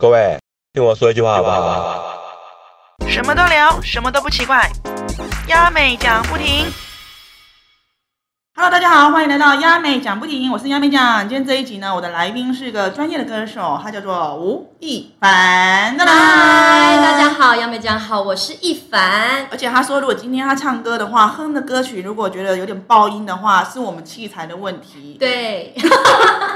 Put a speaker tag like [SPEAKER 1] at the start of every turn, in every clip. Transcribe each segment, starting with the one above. [SPEAKER 1] 各位，听我说一句话好不好？
[SPEAKER 2] 什么都聊，什么都不奇怪，亚美讲不停。Hello，大家好，欢迎来到亚美讲不停，我是亚美讲。今天这一集呢，我的来宾是个专业的歌手，他叫做吴亦凡。哒
[SPEAKER 3] 嗨，
[SPEAKER 2] 啦
[SPEAKER 3] 大家。好，杨美讲好，我是一凡。
[SPEAKER 2] 而且他说，如果今天他唱歌的话，哼的歌曲如果觉得有点爆音的话，是我们器材的问题。
[SPEAKER 3] 对，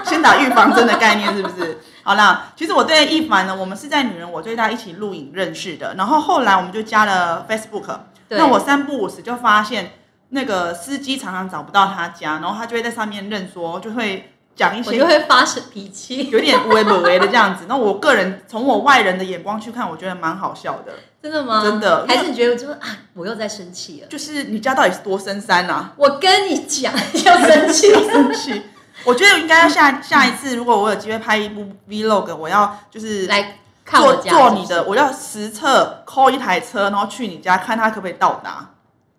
[SPEAKER 2] 先打预防针的概念是不是？好啦，其实我对一凡呢，我们是在女人我最大一起录影认识的，然后后来我们就加了 Facebook。
[SPEAKER 3] 对
[SPEAKER 2] 那我三不五时就发现那个司机常常找不到他家，然后他就会在上面认说，就会讲一
[SPEAKER 3] 我
[SPEAKER 2] 些
[SPEAKER 3] 就会发生脾气，
[SPEAKER 2] 有点无为不为的这样子。那我个人从我外人的眼光去看，我觉得蛮好笑的。
[SPEAKER 3] 真的吗？
[SPEAKER 2] 真的
[SPEAKER 3] 还是你觉得我就是啊，我又在生气了？
[SPEAKER 2] 就是你家到底是多深山啊？
[SPEAKER 3] 我跟你讲，要生气
[SPEAKER 2] 要生气。我觉得应该要下下一次，如果我有机会拍一部 vlog，我要就是
[SPEAKER 3] 来看我
[SPEAKER 2] 坐
[SPEAKER 3] 家
[SPEAKER 2] 坐你
[SPEAKER 3] 是不
[SPEAKER 2] 的，
[SPEAKER 3] 是。
[SPEAKER 2] 我要实测 call 一台车，然后去你家看他可不可以到达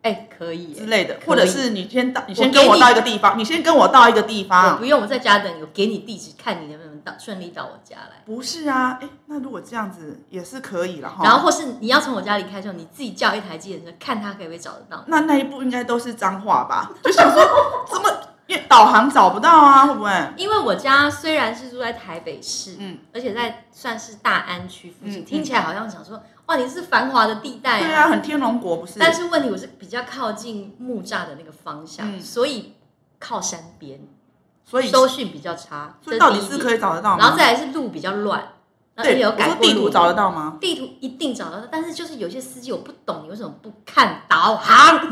[SPEAKER 3] 哎，可以
[SPEAKER 2] 之
[SPEAKER 3] 耶，
[SPEAKER 2] 类的，
[SPEAKER 3] 以
[SPEAKER 2] 或者是你先到，你先
[SPEAKER 3] 我给
[SPEAKER 2] 跟我
[SPEAKER 3] 你
[SPEAKER 2] 到一个地方，你先跟我到一个地
[SPEAKER 3] 我
[SPEAKER 2] 方。
[SPEAKER 3] 不用，我在家等你，我给你地址，看你能不能到顺利到我家来。
[SPEAKER 2] 不是啊，哎，那如果这样子也是可以了哈。
[SPEAKER 3] 然后或是你要从我家离开的时候，你自己叫一台计程车，看他可不可以找得到。
[SPEAKER 2] 那那一部应该都是脏话吧？就想说怎么，因为导航找不到啊，会不会？
[SPEAKER 3] 因为我家虽然是住在台北市，
[SPEAKER 2] 嗯
[SPEAKER 3] 而且在算是大安区附近，
[SPEAKER 2] 嗯
[SPEAKER 3] 听起来好像想说，哇，你是繁华的地带
[SPEAKER 2] 对啊，很天龙国不是？
[SPEAKER 3] 哎但是问题我是比较靠近木栅的那个方向，
[SPEAKER 2] 嗯
[SPEAKER 3] 所以靠山边，
[SPEAKER 2] 所以
[SPEAKER 3] 收讯比较差，
[SPEAKER 2] 所以到底
[SPEAKER 3] 这
[SPEAKER 2] 是
[SPEAKER 3] 第一
[SPEAKER 2] 可以
[SPEAKER 3] 点
[SPEAKER 2] 找得到吗？
[SPEAKER 3] 然后再来是路比较乱，然后也
[SPEAKER 2] 对，
[SPEAKER 3] 有
[SPEAKER 2] 我
[SPEAKER 3] 改
[SPEAKER 2] 说
[SPEAKER 3] 过
[SPEAKER 2] 地
[SPEAKER 3] 路
[SPEAKER 2] 图找得到吗？
[SPEAKER 3] 地图一定找得到，但是就是有些司机我不懂，你为什么不看导航？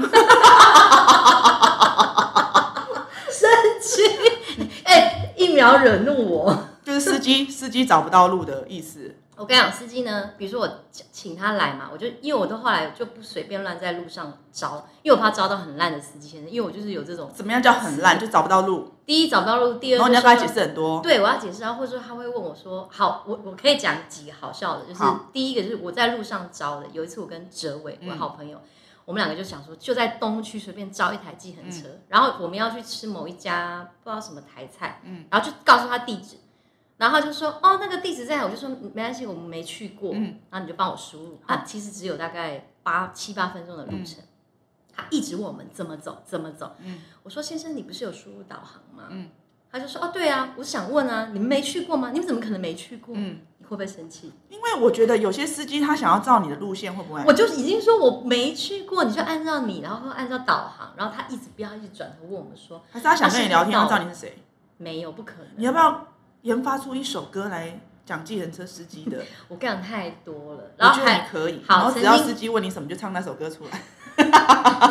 [SPEAKER 3] 生气！ 哎、一秒惹怒我。
[SPEAKER 2] 就是司机司机找不到路的意思。
[SPEAKER 3] 我跟你讲，司机呢，比如说我请他来嘛，我就因为我都后来就不随便乱在路上招，因为我怕招到很烂的司机先生，因为我就是有这种
[SPEAKER 2] 怎么样叫很烂？就找不到路，
[SPEAKER 3] 第一找不到路，第
[SPEAKER 2] 然
[SPEAKER 3] 二
[SPEAKER 2] 后你
[SPEAKER 3] 就
[SPEAKER 2] 要跟
[SPEAKER 3] 是
[SPEAKER 2] 他解释很多。
[SPEAKER 3] 对，我要解释啊，或者说他会问我说，好，我我可以讲几个好笑的，就是
[SPEAKER 2] 好
[SPEAKER 3] 第一个就是我在路上招的，有一次我跟哲伟，我
[SPEAKER 2] 嗯
[SPEAKER 3] 好朋友，我们两个就想说，就在东区随便招一台计程
[SPEAKER 2] 嗯
[SPEAKER 3] 车，然后我们要去吃某一家不知道什么台菜，
[SPEAKER 2] 嗯
[SPEAKER 3] 然后就告诉他地址。然后他就说：“哦，那个地址在哪？”我就说：“嗯没关系，我们没去过。
[SPEAKER 2] 嗯
[SPEAKER 3] 然后你就帮我输入。啊，其实只有大概八七八分钟的路程。他一直问我们怎么走，怎么走。
[SPEAKER 2] 嗯
[SPEAKER 3] 我说：“先生，你不是有输入导航吗？”
[SPEAKER 2] 嗯
[SPEAKER 3] 他就说：“哦，对啊，我想问啊，你们没去过吗？你们怎么可能没去过？
[SPEAKER 2] 嗯，
[SPEAKER 3] 你会不会生气？
[SPEAKER 2] 因为我觉得有些司机他想要照你的路线，会不会？
[SPEAKER 3] 我就已经说我没去过，你就按照你，然后按照导航，然后他一直不要，一直转头问我们说
[SPEAKER 2] 还是他想跟你聊天，
[SPEAKER 3] 他
[SPEAKER 2] 要
[SPEAKER 3] 是
[SPEAKER 2] 知道你是谁？
[SPEAKER 3] 没有，不可
[SPEAKER 2] 你
[SPEAKER 3] 能。
[SPEAKER 2] 要不要研发出一首歌来讲计程车司机的？
[SPEAKER 3] 我跟你讲太多了，
[SPEAKER 2] 我
[SPEAKER 3] 然
[SPEAKER 2] 觉
[SPEAKER 3] 后
[SPEAKER 2] 得你
[SPEAKER 3] 还
[SPEAKER 2] 可以。
[SPEAKER 3] 好
[SPEAKER 2] 然后只要
[SPEAKER 3] 曾经
[SPEAKER 2] 司机问你什么，就唱那首歌出 来。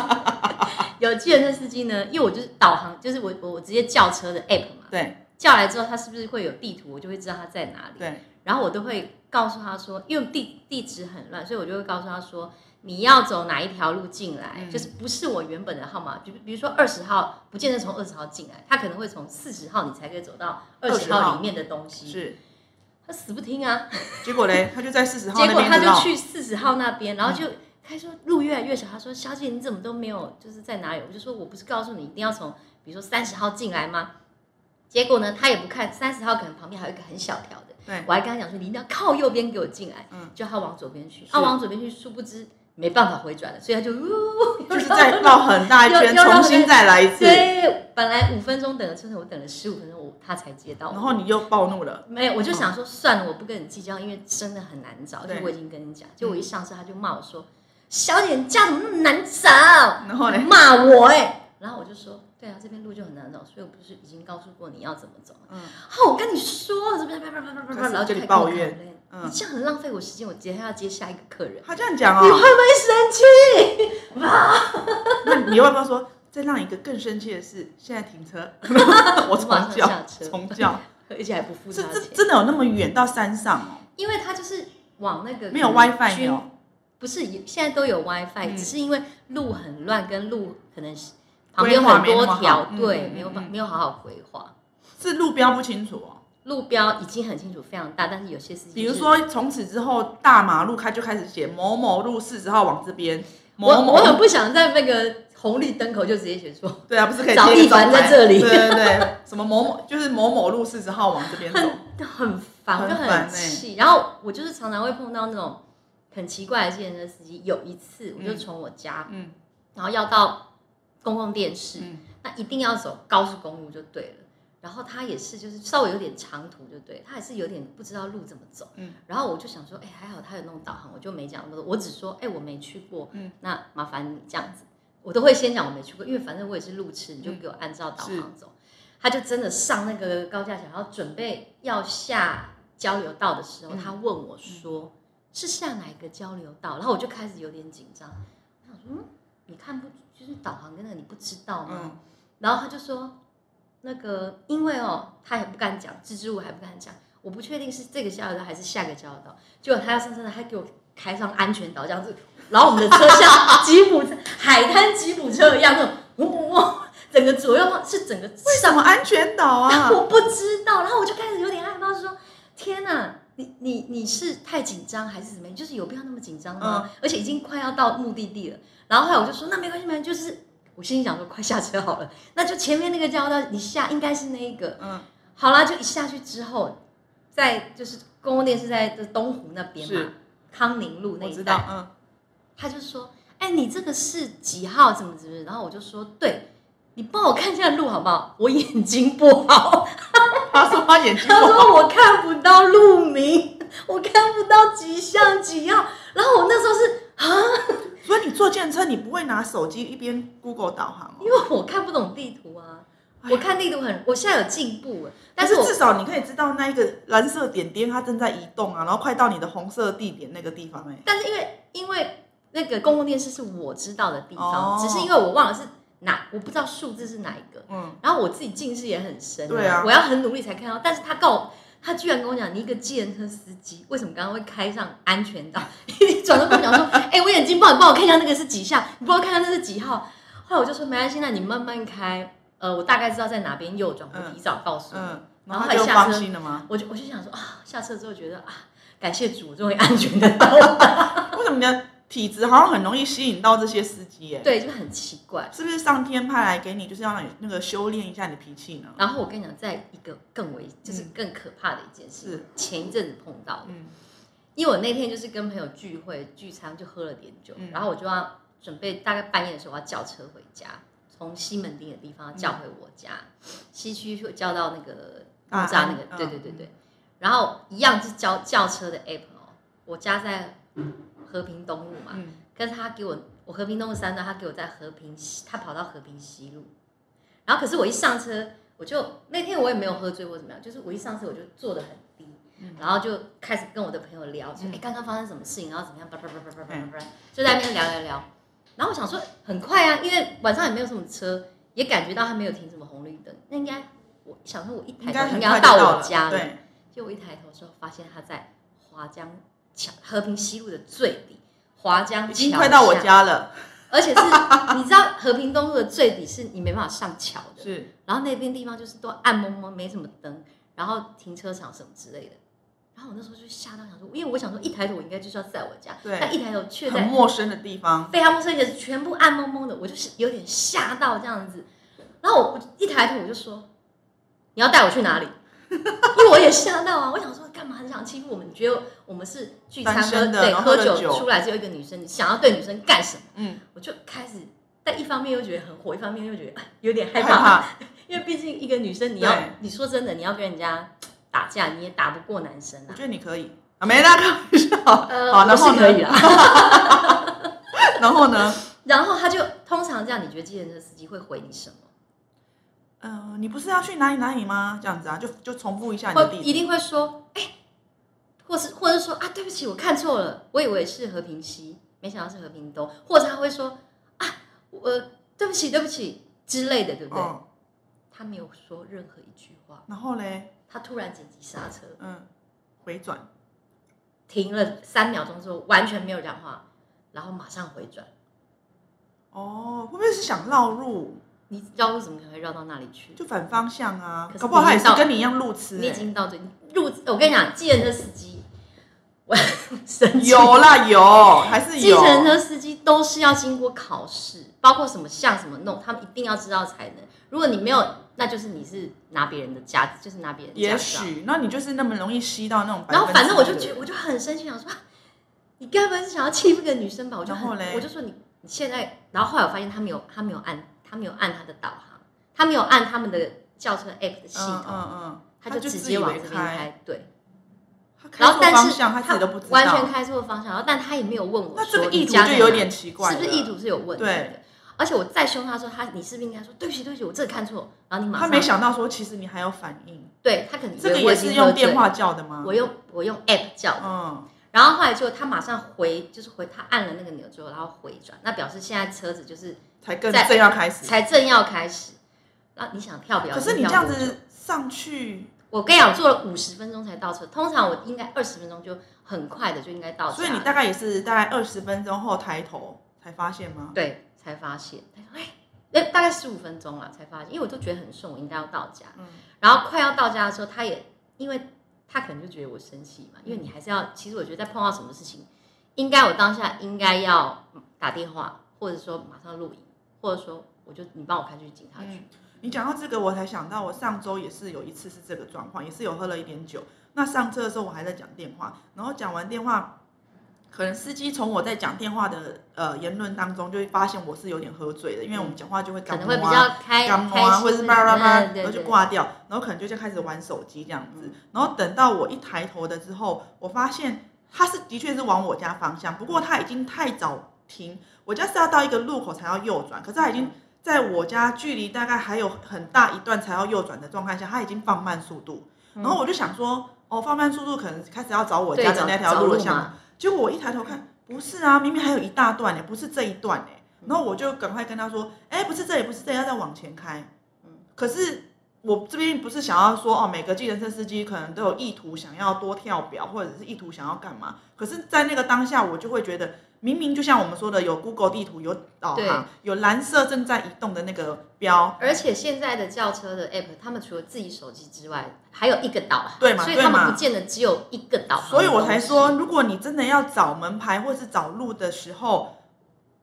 [SPEAKER 3] 有计程车司机呢，因为我就是导航，就是我我我直接叫车的 app 嘛，
[SPEAKER 2] 对
[SPEAKER 3] 叫来之后他是不是会有地图，我就会知道他在哪里。
[SPEAKER 2] 对，
[SPEAKER 3] 然后我都会告诉他说，因为地地址很乱，所以我就会告诉他说，你要走哪一条路进来，
[SPEAKER 2] 嗯
[SPEAKER 3] 就是不是我原本的号码，比比如说二十号，不见得从二十号进来，他可能会从四十号你才可以走到二
[SPEAKER 2] 20
[SPEAKER 3] 十
[SPEAKER 2] 号
[SPEAKER 3] 号里面的东西。
[SPEAKER 2] 是。
[SPEAKER 3] 他死不听啊，
[SPEAKER 2] 结果嘞，他就嗯在四十号
[SPEAKER 3] 结
[SPEAKER 2] 那
[SPEAKER 3] 果
[SPEAKER 2] 边
[SPEAKER 3] 他
[SPEAKER 2] 知道
[SPEAKER 3] 就。去四十号那边，然后就。他说路越来越小，他说：“小姐，你怎么都没有，就是在哪里？”我就说：“我不是告诉你一定要从，比如说三十号进来吗？”结果呢，他也不看三十号，可能旁边还有一个很小条的，
[SPEAKER 2] 对
[SPEAKER 3] 我还跟他讲说，你一定要靠右边给我进来，
[SPEAKER 2] 嗯
[SPEAKER 3] 就他往左边去，
[SPEAKER 2] 是
[SPEAKER 3] 他、往左边去，殊不知没办法回转了，所以他就呜，
[SPEAKER 2] 就是在绕很大一圈，
[SPEAKER 3] 又又绕
[SPEAKER 2] 重新再来一次，
[SPEAKER 3] 对，本来五分钟等的车程，我等了十五分钟，我他才接到我，
[SPEAKER 2] 然后你又暴怒了。
[SPEAKER 3] 没有，我就想说算了，我不跟你计较，因为真的很难找，而
[SPEAKER 2] 嗯对嗯
[SPEAKER 3] 且我已经跟你讲，结果我一上车他就骂我说，小姐，你家怎么那么难找？
[SPEAKER 2] 然后嘞，
[SPEAKER 3] 骂我哎、然后我就说，对啊，这边路就很难找，所以我不是已经告诉过你要怎么走吗？
[SPEAKER 2] 嗯
[SPEAKER 3] 哦，我跟你说，怎么样怎么样怎么样怎么样，然后就开始
[SPEAKER 2] 抱怨
[SPEAKER 3] 跟我讨论，
[SPEAKER 2] 嗯
[SPEAKER 3] 你这样很浪费我时间，我接下来要接下一个客人，
[SPEAKER 2] 他这样讲哦。
[SPEAKER 3] 你会不会生气？
[SPEAKER 2] 那你要不要说，再让一个更生气的是，现在停 车，我重
[SPEAKER 3] 马上下
[SPEAKER 2] 叫，
[SPEAKER 3] 车
[SPEAKER 2] 重叫，
[SPEAKER 3] 而且还不付
[SPEAKER 2] 是
[SPEAKER 3] 他
[SPEAKER 2] 这
[SPEAKER 3] 钱，
[SPEAKER 2] 真的有那么远到山上哦？
[SPEAKER 3] 因为他就是往那个
[SPEAKER 2] 没有
[SPEAKER 3] 可能
[SPEAKER 2] WiFi 哦没
[SPEAKER 3] 军
[SPEAKER 2] 有，
[SPEAKER 3] 不是现在都有 WiFi，、
[SPEAKER 2] 嗯
[SPEAKER 3] 只是因为路很乱，跟路可能是旁边有很
[SPEAKER 2] 规划没那
[SPEAKER 3] 多
[SPEAKER 2] 么好
[SPEAKER 3] 条，
[SPEAKER 2] 嗯
[SPEAKER 3] 对，
[SPEAKER 2] 嗯
[SPEAKER 3] 没有
[SPEAKER 2] 嗯
[SPEAKER 3] 把
[SPEAKER 2] 嗯
[SPEAKER 3] 没有好好规划。
[SPEAKER 2] 是路标不清楚哦。
[SPEAKER 3] 路标已经很清楚，非常大，但是有些司机
[SPEAKER 2] 比如
[SPEAKER 3] 就是
[SPEAKER 2] 说从此之后，大马路开就开始写某某路四十号往这边，某
[SPEAKER 3] 我我
[SPEAKER 2] 某
[SPEAKER 3] 很不想在那个红绿灯口就直接写说，
[SPEAKER 2] 对啊，不是可以
[SPEAKER 3] 找
[SPEAKER 2] 贴一个
[SPEAKER 3] 一凡
[SPEAKER 2] 招牌
[SPEAKER 3] 在这里
[SPEAKER 2] 对对 对，什么某某就是某某路四十号往这边走，
[SPEAKER 3] 很很烦，
[SPEAKER 2] 很
[SPEAKER 3] 我就
[SPEAKER 2] 烦欸
[SPEAKER 3] 很气。然后我就是常常会碰到那种很奇怪的计程车司机。有一次，我就
[SPEAKER 2] 嗯
[SPEAKER 3] 从我家，
[SPEAKER 2] 嗯
[SPEAKER 3] 然后要到公共电视，
[SPEAKER 2] 嗯
[SPEAKER 3] 那一定要走高速公路就对了。然后他也是，就是稍微有点长途就对，他也是有点不知道路怎么走。
[SPEAKER 2] 嗯
[SPEAKER 3] 然后我就想说，哎，还好他有弄导航，我就没讲那么多，我只说，哎，我没去过，
[SPEAKER 2] 嗯
[SPEAKER 3] 那麻烦你这样痴，我都会先讲我没去过，因为反正我也是路痴，你就
[SPEAKER 2] 嗯
[SPEAKER 3] 给我按照导
[SPEAKER 2] 是
[SPEAKER 3] 航走。他就真的上那个高架桥，然后准备要下交流道的时候，
[SPEAKER 2] 嗯
[SPEAKER 3] 他问我说、是下哪一个交流道，然后我就开始有点紧张，我想说，嗯，你看不就是导航跟那个你不知道吗？
[SPEAKER 2] 嗯
[SPEAKER 3] 然后他就说，那个因为哦，他也不敢讲，支支吾还不敢讲，我不确定是这个交流道还是下个交流道。结果他要上车了，他给我开上安全岛这样子，然后我们的车像吉普车海滩吉普车一样那种，嗡嗡嗡，整个左右是整个
[SPEAKER 2] 为什么安全岛 啊？
[SPEAKER 3] 我不知道，然后我就开始有点害怕，说：“天哪，你你你是太紧张还是怎么样？就是有必要那么紧张吗？
[SPEAKER 2] 嗯
[SPEAKER 3] 而且已经快要到目的地了。”然后后来我就说：“那没关系，没关系，就是我心里想说，快下车好了，那就前面那个交道你下应该是那一个。
[SPEAKER 2] 嗯，
[SPEAKER 3] 好啦，就一下去之后，在就是公共电视在这东湖那边嘛
[SPEAKER 2] 是，
[SPEAKER 3] 康宁路那
[SPEAKER 2] 我
[SPEAKER 3] 一
[SPEAKER 2] 知
[SPEAKER 3] 带
[SPEAKER 2] 道，，嗯
[SPEAKER 3] 他就说：“哎、你这个是几号？怎么怎么？”然后我就说：“对，你帮我看一下路好不好？我眼睛不好。”
[SPEAKER 2] 他说他 眼睛
[SPEAKER 3] 他
[SPEAKER 2] 不好，
[SPEAKER 3] 说我看不到路名， 我看不到几项几样。然后我那时候是
[SPEAKER 2] 所以你坐电车你不会拿手机一边 Google 导航哦
[SPEAKER 3] 因。为我看不懂地图啊，我看地图很，我现在有进步了，
[SPEAKER 2] 但
[SPEAKER 3] 但是
[SPEAKER 2] 是
[SPEAKER 3] 我
[SPEAKER 2] 至少你哎可以知道那一个蓝色点点它正在移动啊，然后快到你的红色地点那个地方哎、
[SPEAKER 3] 但是因为因为那个公共电视是我知道的地方，
[SPEAKER 2] 哦
[SPEAKER 3] 只是因为我忘了是哪，我不知道数字是哪一个。
[SPEAKER 2] 嗯，
[SPEAKER 3] 然后我自己近视也很深、
[SPEAKER 2] 对啊
[SPEAKER 3] 我要很努力才看到。但是他告我，他居然跟我讲，你一个计程车司机为什么刚刚会开上安全岛？你 转头跟我讲说，哎、我眼睛不好，你帮我看一下那个是几项，你帮我看一下那是几号。后来我就说没关系，那你慢慢开，呃，我大概知道在哪边右转，我
[SPEAKER 2] 嗯
[SPEAKER 3] 提早告诉你。
[SPEAKER 2] 嗯，
[SPEAKER 3] 然
[SPEAKER 2] 然
[SPEAKER 3] 后
[SPEAKER 2] 后他
[SPEAKER 3] 他
[SPEAKER 2] 就
[SPEAKER 3] 一下车
[SPEAKER 2] 放心了吗？
[SPEAKER 3] 我就我就想说啊，下车之后觉得啊，感谢主，我终于安全的 到了。
[SPEAKER 2] 为什么你的体质好像很容易吸引到这些司机哎、
[SPEAKER 3] 对，就很奇怪。
[SPEAKER 2] 是不是上天派来给你就是要让你那个修炼一下你脾气呢？
[SPEAKER 3] 然后我跟你讲，在一个更为就是
[SPEAKER 2] 嗯
[SPEAKER 3] 更可怕的一件事，
[SPEAKER 2] 是
[SPEAKER 3] 前一阵子碰到的。
[SPEAKER 2] 嗯
[SPEAKER 3] 因为我那天就是跟朋友聚会聚餐，就喝了点酒，
[SPEAKER 2] 嗯
[SPEAKER 3] 然后我就要准备大概半夜的时候我要叫车回家，从西门町的地方要
[SPEAKER 2] 嗯
[SPEAKER 3] 叫回我家，西区就叫到那个
[SPEAKER 2] 大
[SPEAKER 3] 木栅那个，
[SPEAKER 2] 安
[SPEAKER 3] 对
[SPEAKER 2] 嗯
[SPEAKER 3] 对对对，然后一样是叫叫车的 app 哦，我家在和平东路嘛，
[SPEAKER 2] 嗯，
[SPEAKER 3] 可是他给我我和平东路三段，他给我在和平西，他跑到和平西路，然后可是我一上车，我就那天我也没有喝醉或怎么样，就是我一上车我就坐得很低，
[SPEAKER 2] 嗯
[SPEAKER 3] 然后就开始跟我的朋友聊，说
[SPEAKER 2] 嗯
[SPEAKER 3] 哎刚刚发生什么事情，然后怎么样，叭叭叭叭叭叭叭叭，就在那边聊聊聊，然后我想说很快啊，因为晚上也没有什么车，也感觉到他没有停什么红绿灯，那应该我想说我一
[SPEAKER 2] 应
[SPEAKER 3] 抬
[SPEAKER 2] 该
[SPEAKER 3] 头
[SPEAKER 2] 很
[SPEAKER 3] 应该
[SPEAKER 2] 快
[SPEAKER 3] 要
[SPEAKER 2] 就
[SPEAKER 3] 到我
[SPEAKER 2] 了
[SPEAKER 3] 家了，
[SPEAKER 2] 对，
[SPEAKER 3] 就我一抬头的时候，发现他在华江桥和平西路的最底，华江桥
[SPEAKER 2] 已经快到我
[SPEAKER 3] 下，
[SPEAKER 2] 家了，
[SPEAKER 3] 而且是你知道和平东路的最底是你没办法上桥的，
[SPEAKER 2] 是
[SPEAKER 3] 然后那边地方就是都暗蒙蒙，没什么灯，然后停车场什么之类的。然后我那时候就吓到，想说，因为我想说一抬头我应该就是要在我家，
[SPEAKER 2] 对
[SPEAKER 3] 但一抬头却
[SPEAKER 2] 很
[SPEAKER 3] 在
[SPEAKER 2] 陌生的地方，
[SPEAKER 3] 被他们车也是全部暗蒙蒙的，我就是有点吓到这样子。然后我我一抬头我就说：“你要带我去哪里？” 因为我也吓到啊，我想说干嘛？你想欺负我们？你觉得我们是聚餐
[SPEAKER 2] 单
[SPEAKER 3] 喝
[SPEAKER 2] 身的
[SPEAKER 3] 对
[SPEAKER 2] 然后
[SPEAKER 3] 喝
[SPEAKER 2] 喝
[SPEAKER 3] 酒
[SPEAKER 2] 酒
[SPEAKER 3] 出来只有一个女生，你想要对女生干什么？
[SPEAKER 2] 嗯，
[SPEAKER 3] 我就开始，但一方面又觉得很火，一方面又觉得哎有点害
[SPEAKER 2] 害
[SPEAKER 3] 怕，
[SPEAKER 2] 怕，
[SPEAKER 3] 因为毕竟一个女生你要
[SPEAKER 2] 对
[SPEAKER 3] 你说真的你要跟人家打架你也打不过男生
[SPEAKER 2] 我
[SPEAKER 3] 啊
[SPEAKER 2] 觉。得你可以啊，没啦，开玩笑。
[SPEAKER 3] 呃，
[SPEAKER 2] 好
[SPEAKER 3] 我
[SPEAKER 2] 然后
[SPEAKER 3] 是
[SPEAKER 2] 呢
[SPEAKER 3] 可以啦。
[SPEAKER 2] 然后呢，
[SPEAKER 3] 然后他就通常这样，你觉得计程车司机会回你什么？
[SPEAKER 2] 呃，你不是要去哪里哪里吗？这样子啊，就就重复一下你的
[SPEAKER 3] 会
[SPEAKER 2] 地址，
[SPEAKER 3] 哦一定会说，哎、或是或者说啊，对不起，我看错了，我以为是和平西，没想到是和平东，或者他会说啊，我、对不起，对不起之类的，对不对？
[SPEAKER 2] 嗯，
[SPEAKER 3] 他没有说任何一句话，
[SPEAKER 2] 然后嘞，
[SPEAKER 3] 他突然紧急刹车，
[SPEAKER 2] 嗯，回转，
[SPEAKER 3] 停了三秒钟之后，完全没有讲话，然后马上回转。
[SPEAKER 2] 哦，会不会是想绕路，
[SPEAKER 3] 你绕路怎么可能会绕到那里去？
[SPEAKER 2] 就反方向啊
[SPEAKER 3] 可？是
[SPEAKER 2] 搞不好他也
[SPEAKER 3] 你已
[SPEAKER 2] 是欸
[SPEAKER 3] 经到
[SPEAKER 2] 跟你一样路痴、
[SPEAKER 3] 你已
[SPEAKER 2] 欸，
[SPEAKER 3] 经到这路，我跟你讲，计程车司机，我 生气。
[SPEAKER 2] 有啦有，还是
[SPEAKER 3] 计
[SPEAKER 2] 有。
[SPEAKER 3] 程车司机都是要经过考试，包括什么像什么弄，他们一定要知道才能。如果你没有，那就是你是拿别人的驾，就是拿别人的驾
[SPEAKER 2] 也
[SPEAKER 3] 照。
[SPEAKER 2] 许，那你就是那么容易吸到那种。
[SPEAKER 3] 然后反正我就觉
[SPEAKER 2] 觉，
[SPEAKER 3] 我就很生气，想说啊你该不会是想要欺负个女生吧？我就
[SPEAKER 2] 然后
[SPEAKER 3] 很
[SPEAKER 2] 嘞
[SPEAKER 3] 我就说你你现在，然后后来我发现他没有他没有按他没有按他的导航，他没有按他们的轿车 app 的系
[SPEAKER 2] 嗯
[SPEAKER 3] 统，
[SPEAKER 2] 嗯嗯，
[SPEAKER 3] 他
[SPEAKER 2] 他
[SPEAKER 3] 就
[SPEAKER 2] 就
[SPEAKER 3] 直
[SPEAKER 2] 自
[SPEAKER 3] 接
[SPEAKER 2] 以
[SPEAKER 3] 往
[SPEAKER 2] 为
[SPEAKER 3] 这边
[SPEAKER 2] 开
[SPEAKER 3] 开，对。
[SPEAKER 2] 他开
[SPEAKER 3] 然后
[SPEAKER 2] 错
[SPEAKER 3] 但
[SPEAKER 2] 方
[SPEAKER 3] 是
[SPEAKER 2] 向他自己都不知道，
[SPEAKER 3] 完全开错方向，然后但他也没有问我，
[SPEAKER 2] 那这个意
[SPEAKER 3] 意
[SPEAKER 2] 图就有点奇怪，
[SPEAKER 3] 是不是意？图是有问题
[SPEAKER 2] 对
[SPEAKER 3] 的？而且我再凶他说他，你是不是应该说对不起对不起，我这个看错，然后你马
[SPEAKER 2] 他
[SPEAKER 3] 上
[SPEAKER 2] 没想到说，其实你还有反应，
[SPEAKER 3] 对他可能以为
[SPEAKER 2] 这个
[SPEAKER 3] 我
[SPEAKER 2] 也
[SPEAKER 3] 已经
[SPEAKER 2] 是用
[SPEAKER 3] 喝醉
[SPEAKER 2] 电，话啊叫的吗？
[SPEAKER 3] 我用我用 app 叫的，
[SPEAKER 2] 嗯，
[SPEAKER 3] 然后后来就他马上回，就是回他按了那个钮之后，然后回转，那表示现在车子就是
[SPEAKER 2] 才更
[SPEAKER 3] 在
[SPEAKER 2] 正要开始。
[SPEAKER 3] 才正要开始。然后你想跳表，
[SPEAKER 2] 可是你
[SPEAKER 3] 跳
[SPEAKER 2] 这样
[SPEAKER 3] 多久，
[SPEAKER 2] 子上去，
[SPEAKER 3] 我跟你讲，我坐了五十分钟才到车，通常我应该二十分钟就很快的就应该到家了，
[SPEAKER 2] 所以你大概也是大概二十分钟后抬头才发现吗？
[SPEAKER 3] 对才发现，他说哎。哎大概十五分钟了才发现，因为我都觉得很顺，我应该要到家。
[SPEAKER 2] 嗯，
[SPEAKER 3] 然后快要到家的时候，他也因为他可能就觉得我生气嘛，因为你还是要，其实我觉得在碰到什么事情，应该我当下应该要打电话，或者说马上录影，或者说我就你帮我开去警
[SPEAKER 2] 嗯
[SPEAKER 3] 察局。
[SPEAKER 2] 你讲到这个，我才想到，我上周也是有一次是这个状况，也是有喝了一点酒。那上车的时候，我还在讲电话，然后讲完电话，可能司机从我在讲电话的呃言论当中，就会发现我是有点喝醉的，因为我们讲话就会
[SPEAKER 3] 嗯可
[SPEAKER 2] 感冒啊，
[SPEAKER 3] 能会比较开
[SPEAKER 2] 感冒
[SPEAKER 3] 开
[SPEAKER 2] 啊，
[SPEAKER 3] 心，嗯
[SPEAKER 2] 或者是叭叭叭，
[SPEAKER 3] 对
[SPEAKER 2] 然后就
[SPEAKER 3] 对
[SPEAKER 2] 挂掉，然后可能就就开始玩手机这样子。然后等到我一抬头的之后，我发现他是的确是往我家方向，不过他已经太早停，我家是要到一个路口才要右转，可是他已经在我家距离大概还有很大一段才要右转的状态下，他已经放慢速度，然后我就想说，哦，放慢速度可能开始要找我
[SPEAKER 3] 嗯对
[SPEAKER 2] 家的
[SPEAKER 3] 找
[SPEAKER 2] 那条
[SPEAKER 3] 找
[SPEAKER 2] 路的
[SPEAKER 3] 路
[SPEAKER 2] 向
[SPEAKER 3] 嘛
[SPEAKER 2] 结果我一抬头看，不是啊，明明还有一大段呢、不是这一段呢、然后我就赶快跟他说，哎、不是这里，不是这里，要再往前开。
[SPEAKER 3] 嗯
[SPEAKER 2] 可是我这边不是想要说哦，每个计程车司机可能都有意图想要多跳表，或者是意图想要干嘛。可是，在那个当下，我就会觉得，明明就像我们说的，有 Google 地图，有导
[SPEAKER 3] 对
[SPEAKER 2] 航，有蓝色正在移动的那个标，
[SPEAKER 3] 而且现在的轿车的 app，他们除了自己手机之外，还有一个导航，
[SPEAKER 2] 对嘛
[SPEAKER 3] 所以
[SPEAKER 2] 对
[SPEAKER 3] 他们
[SPEAKER 2] 嘛
[SPEAKER 3] 不见得只有一个导航的东
[SPEAKER 2] 所
[SPEAKER 3] 西。
[SPEAKER 2] 以我才说，如果你真的要找门牌或是找路的时候，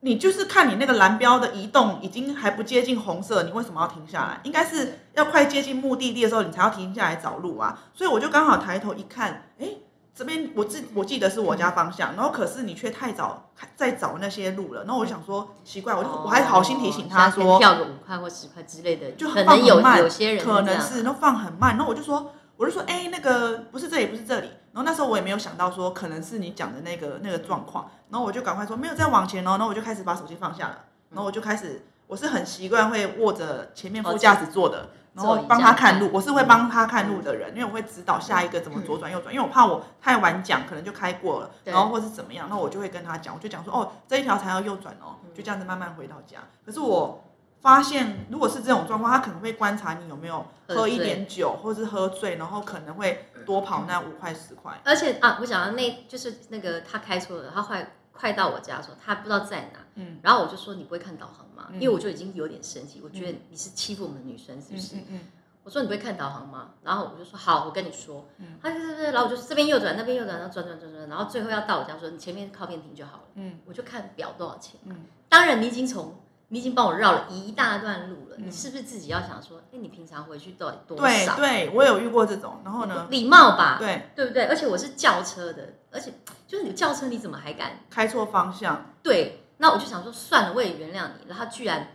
[SPEAKER 2] 你就是看你那个蓝标的移动已经还不接近红色，你为什么要停下来？应该是要快接近目的地的时候，你才要停下来找路啊。所以我就刚好抬头一看，哎，这边我记我记得是我家方向，然后可是你却太早在找那些路了，然后我就想说奇怪，我
[SPEAKER 3] 哦
[SPEAKER 2] 就我还好心提醒他
[SPEAKER 3] 哦下次
[SPEAKER 2] 说，
[SPEAKER 3] 跳个五块或十块之类的，
[SPEAKER 2] 就
[SPEAKER 3] 可
[SPEAKER 2] 放
[SPEAKER 3] 能
[SPEAKER 2] 很
[SPEAKER 3] 有
[SPEAKER 2] 慢
[SPEAKER 3] 有些人
[SPEAKER 2] 可
[SPEAKER 3] 这
[SPEAKER 2] 能
[SPEAKER 3] 样
[SPEAKER 2] 是，然后放很慢，然后我就说，我就说，哎、那个不是这里，不是这里。然后那时候我也没有想到说，可能是你讲的那个那个状况，然后我就赶快说没有再往前哦，然后我就开始把手机放下了，然后我就开始，我是很习惯会握着前面副
[SPEAKER 3] 哦
[SPEAKER 2] 驾驶座的，然后帮他看路，我是会
[SPEAKER 3] 嗯
[SPEAKER 2] 帮他看路的人，因为我会指导下一个怎么左转右转，因为我怕我太晚讲，可能就开过了，
[SPEAKER 3] 对
[SPEAKER 2] 然后或是怎么样，那我就会跟他讲，我就讲说哦，这一条才要右转哦，
[SPEAKER 3] 嗯
[SPEAKER 2] 就这样子慢慢回到家。可是我发现，如果是这种状况，他可能会观察你有没有喝一点酒，或是喝醉，然后可能会多跑那五块十块。
[SPEAKER 3] 而且啊，我想到那就是那个他开错了，他快快到我家的时候，他不知道在哪，
[SPEAKER 2] 嗯
[SPEAKER 3] 然后我就说你不会看导航吗？
[SPEAKER 2] 嗯
[SPEAKER 3] 因为我就已经有点生气，我觉得你是欺负我们女生是不
[SPEAKER 2] 嗯
[SPEAKER 3] 是？
[SPEAKER 2] 嗯嗯，
[SPEAKER 3] 我说你不会看导航吗？然后我就说好，我跟你说
[SPEAKER 2] 嗯，
[SPEAKER 3] 他就是然后我就这边右转，那边右转，然后转转转转，然后最后要到我家说你前面靠边停就好了，
[SPEAKER 2] 嗯
[SPEAKER 3] 我就看表多少钱，
[SPEAKER 2] 嗯
[SPEAKER 3] 当然你已经从。你已经帮我绕了一大段路了，
[SPEAKER 2] 嗯
[SPEAKER 3] 你是不是自己要想说，哎、你平常回去到底多
[SPEAKER 2] 对
[SPEAKER 3] 少？
[SPEAKER 2] 对，我有遇过这种，然后呢，
[SPEAKER 3] 礼貌吧，
[SPEAKER 2] 对，
[SPEAKER 3] 对不对？而且我是轿车的，而且就是你轿车你怎么还敢？
[SPEAKER 2] 开错方向，
[SPEAKER 3] 对，那我就想说算了，我也原谅你。然后他居然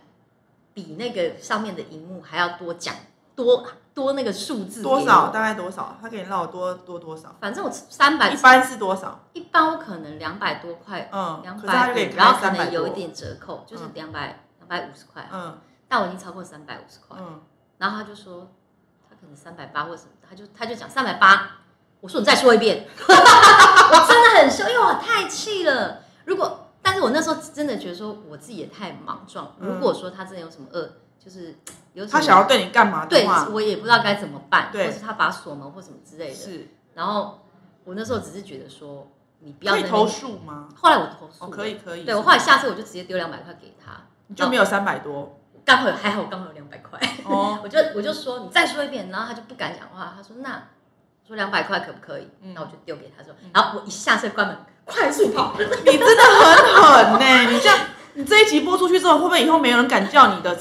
[SPEAKER 3] 比那个上面的荧幕还要多讲多多那个数字给我
[SPEAKER 2] 多少？大概多少？他给你绕多多多少？
[SPEAKER 3] 反正我三百
[SPEAKER 2] 一般是多少？
[SPEAKER 3] 一般我可能两百多块，
[SPEAKER 2] 嗯，
[SPEAKER 3] 两
[SPEAKER 2] 可是他
[SPEAKER 3] 百
[SPEAKER 2] 就给你
[SPEAKER 3] 五，
[SPEAKER 2] 开
[SPEAKER 3] 然后可
[SPEAKER 2] 300
[SPEAKER 3] 能有一
[SPEAKER 2] 多，
[SPEAKER 3] 点折扣，就是两百两百五十块，
[SPEAKER 2] 嗯
[SPEAKER 3] 但我已经超过三百五十块。
[SPEAKER 2] 嗯，
[SPEAKER 3] 然后他就说他可能三百八或什么的，他就他就讲三百八，我说你再说一遍， 我真的很凶，因为我太气了。如果但是我那时候真的觉得说我自己也太莽撞，
[SPEAKER 2] 嗯
[SPEAKER 3] 如果说他真的有什么恶，就是有什么
[SPEAKER 2] 他想要对你干嘛
[SPEAKER 3] 对
[SPEAKER 2] 的话，
[SPEAKER 3] 我也不知道该怎么办，或
[SPEAKER 2] 对
[SPEAKER 3] 是他把锁门或什么之类的。
[SPEAKER 2] 是
[SPEAKER 3] 然后我那时候只是觉得说你不要
[SPEAKER 2] 可
[SPEAKER 3] 在
[SPEAKER 2] 以
[SPEAKER 3] 那
[SPEAKER 2] 投
[SPEAKER 3] 边，
[SPEAKER 2] 诉吗？
[SPEAKER 3] 后来我投诉
[SPEAKER 2] 哦，
[SPEAKER 3] 了，
[SPEAKER 2] 可以可以，
[SPEAKER 3] 对我后来下次我就直接丢两百块给他，
[SPEAKER 2] 你就没有三百 多
[SPEAKER 3] 刚好有还好我刚好有两百块。
[SPEAKER 2] 哦，
[SPEAKER 3] 我就我就说你再说一遍，然后他就不敢讲话。他说那我说两百块可不可以？
[SPEAKER 2] 嗯
[SPEAKER 3] 那我就丢给他说，然后我一下车关门，快速跑。
[SPEAKER 2] 你真的很狠呢、你这样，你这一集播出去之后，会不会以后没有人敢叫你的？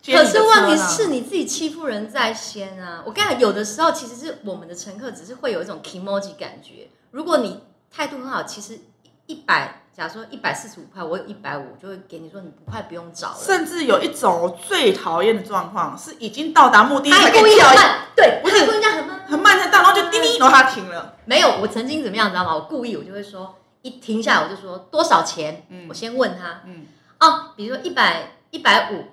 [SPEAKER 2] 接你
[SPEAKER 3] 可
[SPEAKER 2] 的
[SPEAKER 3] 是问题
[SPEAKER 2] 车呢
[SPEAKER 3] 是，你自己欺负人在先啊！我跟你讲，有的时候其实是我们的乘客只是会有一种 emoji 感觉。如果你态度很好，其实一百，假如说一百四十五块，我有一百五，就会给你说你不快不用找了。
[SPEAKER 2] 甚至有一种我最讨厌的状况是，已经到达目的地，
[SPEAKER 3] 他还
[SPEAKER 2] 才给
[SPEAKER 3] 故意
[SPEAKER 2] 跳
[SPEAKER 3] 很
[SPEAKER 2] 一
[SPEAKER 3] 慢，对，
[SPEAKER 2] 不是
[SPEAKER 3] 他还故意这样很慢，
[SPEAKER 2] 很慢才到，然后就叮叮，然后他停了。
[SPEAKER 3] 没有，我曾经怎么样，你知道吗？我故意，我就会说，一停下来我就说多少钱，
[SPEAKER 2] 嗯
[SPEAKER 3] 我先问他，
[SPEAKER 2] 嗯，
[SPEAKER 3] 哦，比如说一百一百五，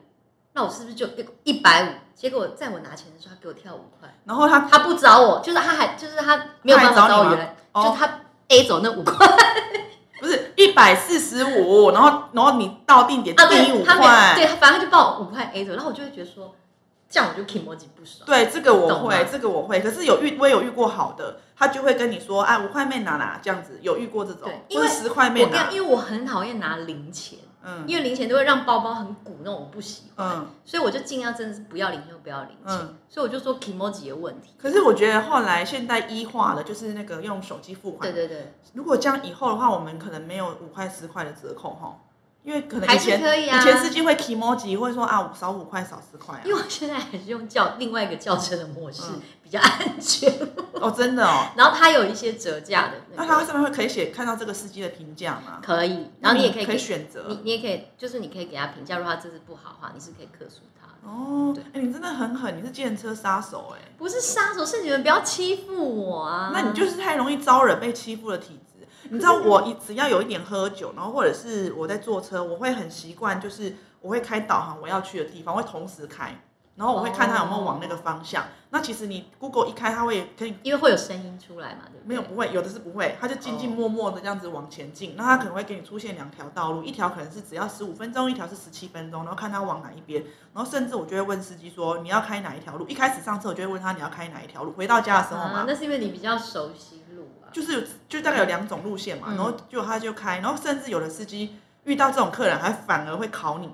[SPEAKER 3] 那我是不是就一百五？结果在我拿钱的时候，他给我跳五块，
[SPEAKER 2] 然后他
[SPEAKER 3] 他不找我，就是他还就是他没有办法找我原来，
[SPEAKER 2] 他还找你吗哦
[SPEAKER 3] 就是他 A 走那五块
[SPEAKER 2] 不是一百四十五，然后然后你到定点
[SPEAKER 3] 啊，
[SPEAKER 2] 定义五
[SPEAKER 3] 对，他没有，
[SPEAKER 2] 块，
[SPEAKER 3] 对，反正他就帮我五块 A 走，然后我就会觉得说，这样我就 emoji 不爽，
[SPEAKER 2] 对这个我
[SPEAKER 3] 懂吗
[SPEAKER 2] 会，这个我会。可是有遇我也有遇过好的，他就会跟你说，哎，五块妹拿啦，这样子有遇过这种
[SPEAKER 3] 对，因
[SPEAKER 2] 或
[SPEAKER 3] 为
[SPEAKER 2] 者十块
[SPEAKER 3] 我
[SPEAKER 2] 妹
[SPEAKER 3] 跟你
[SPEAKER 2] 拿
[SPEAKER 3] 讲，，因为我很讨厌拿零钱，
[SPEAKER 2] 嗯
[SPEAKER 3] 因为零钱都会让包包很鼓，那种我不喜欢。
[SPEAKER 2] 嗯。
[SPEAKER 3] 所以我就尽量真的是不要零钱就不要零钱，
[SPEAKER 2] 嗯
[SPEAKER 3] 所以我就说 emoji 的问题。
[SPEAKER 2] 可是我觉得后来现代一化了，就是那个用手机付款
[SPEAKER 3] 对。对对，
[SPEAKER 2] 如果这样以后的话，我们可能没有五块十块的折扣哈，因为可能
[SPEAKER 3] 还
[SPEAKER 2] 以
[SPEAKER 3] 是
[SPEAKER 2] 前
[SPEAKER 3] 可以啊。
[SPEAKER 2] 以前司机会 e m o j i 会说啊少五块少十块啊
[SPEAKER 3] 因，为我现在还是用叫另外一个轿车的模式、
[SPEAKER 2] 嗯
[SPEAKER 3] 比较安全，
[SPEAKER 2] 哦真的哦，
[SPEAKER 3] 然后它有一些折价的、那
[SPEAKER 2] 嗯那
[SPEAKER 3] 个
[SPEAKER 2] 它上面会可以写看到这个司机的评价吗？
[SPEAKER 3] 可以，然后你也可以
[SPEAKER 2] 可
[SPEAKER 3] 给
[SPEAKER 2] 以选
[SPEAKER 3] 你
[SPEAKER 2] 择
[SPEAKER 3] 你也可以，就是你可以给他评价，如果他这次不好的话，你是可以克诉他的。
[SPEAKER 2] 哦
[SPEAKER 3] 对，
[SPEAKER 2] 哎你真的很狠，你是电车杀手哎，
[SPEAKER 3] 不是杀手，是你们不要欺负我啊！
[SPEAKER 2] 那你就是太容易招惹被欺负的体质。你知道我一只要有一点喝酒，然后或者是我在坐车，我会很习惯，就是我会开导航我要去的地方，会同时开，然后我会看它有没有往那个方向。那其实你 Google 一开，它会跟你
[SPEAKER 3] 因为会有声音出来嘛，对不对？
[SPEAKER 2] 没有不会，有的是不会，它就静静默默的这样子往前进。那它可能会给你出现两条道路，一条可能是只要十五分钟，一条是十七分钟，然后看它往哪一边。然后甚至我就会问司机说你要开哪一条路。一开始上车我就会问他你要开哪一条路。回到家的时候嘛，
[SPEAKER 3] 啊，那是因为你比较熟悉路啊。
[SPEAKER 2] 就是就大概有两种路线嘛，
[SPEAKER 3] 嗯
[SPEAKER 2] 然后就他就开，然后甚至有的司机遇到这种客人还反而会考你，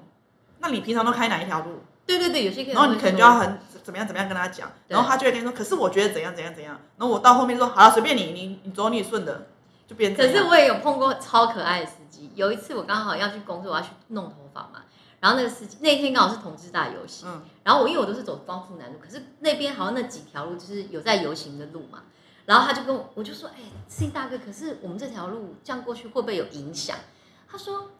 [SPEAKER 2] 那你平常都开哪一条路？
[SPEAKER 3] 对对对，有些可以。
[SPEAKER 2] 然后你可能就要很怎么样怎么样跟他讲，
[SPEAKER 3] 对
[SPEAKER 2] 然后他就会跟你说，可是我觉得怎样怎样怎样，然后我到后面就说好了，随便你，你你走你顺的，就变成
[SPEAKER 3] 可
[SPEAKER 2] 这
[SPEAKER 3] 是
[SPEAKER 2] 样。
[SPEAKER 3] 我也有碰过超可爱的司机。有一次我刚好要去工作，我要去弄头发嘛，然后那个司机那一天刚好是同志大游行，
[SPEAKER 2] 嗯
[SPEAKER 3] 然后我因为我都是走光复南路，可是那边好像那几条路就是有在游行的路嘛，然后他就跟我我就说，哎、司机大哥，可是我们这条路这样过去会不会有影响？他说。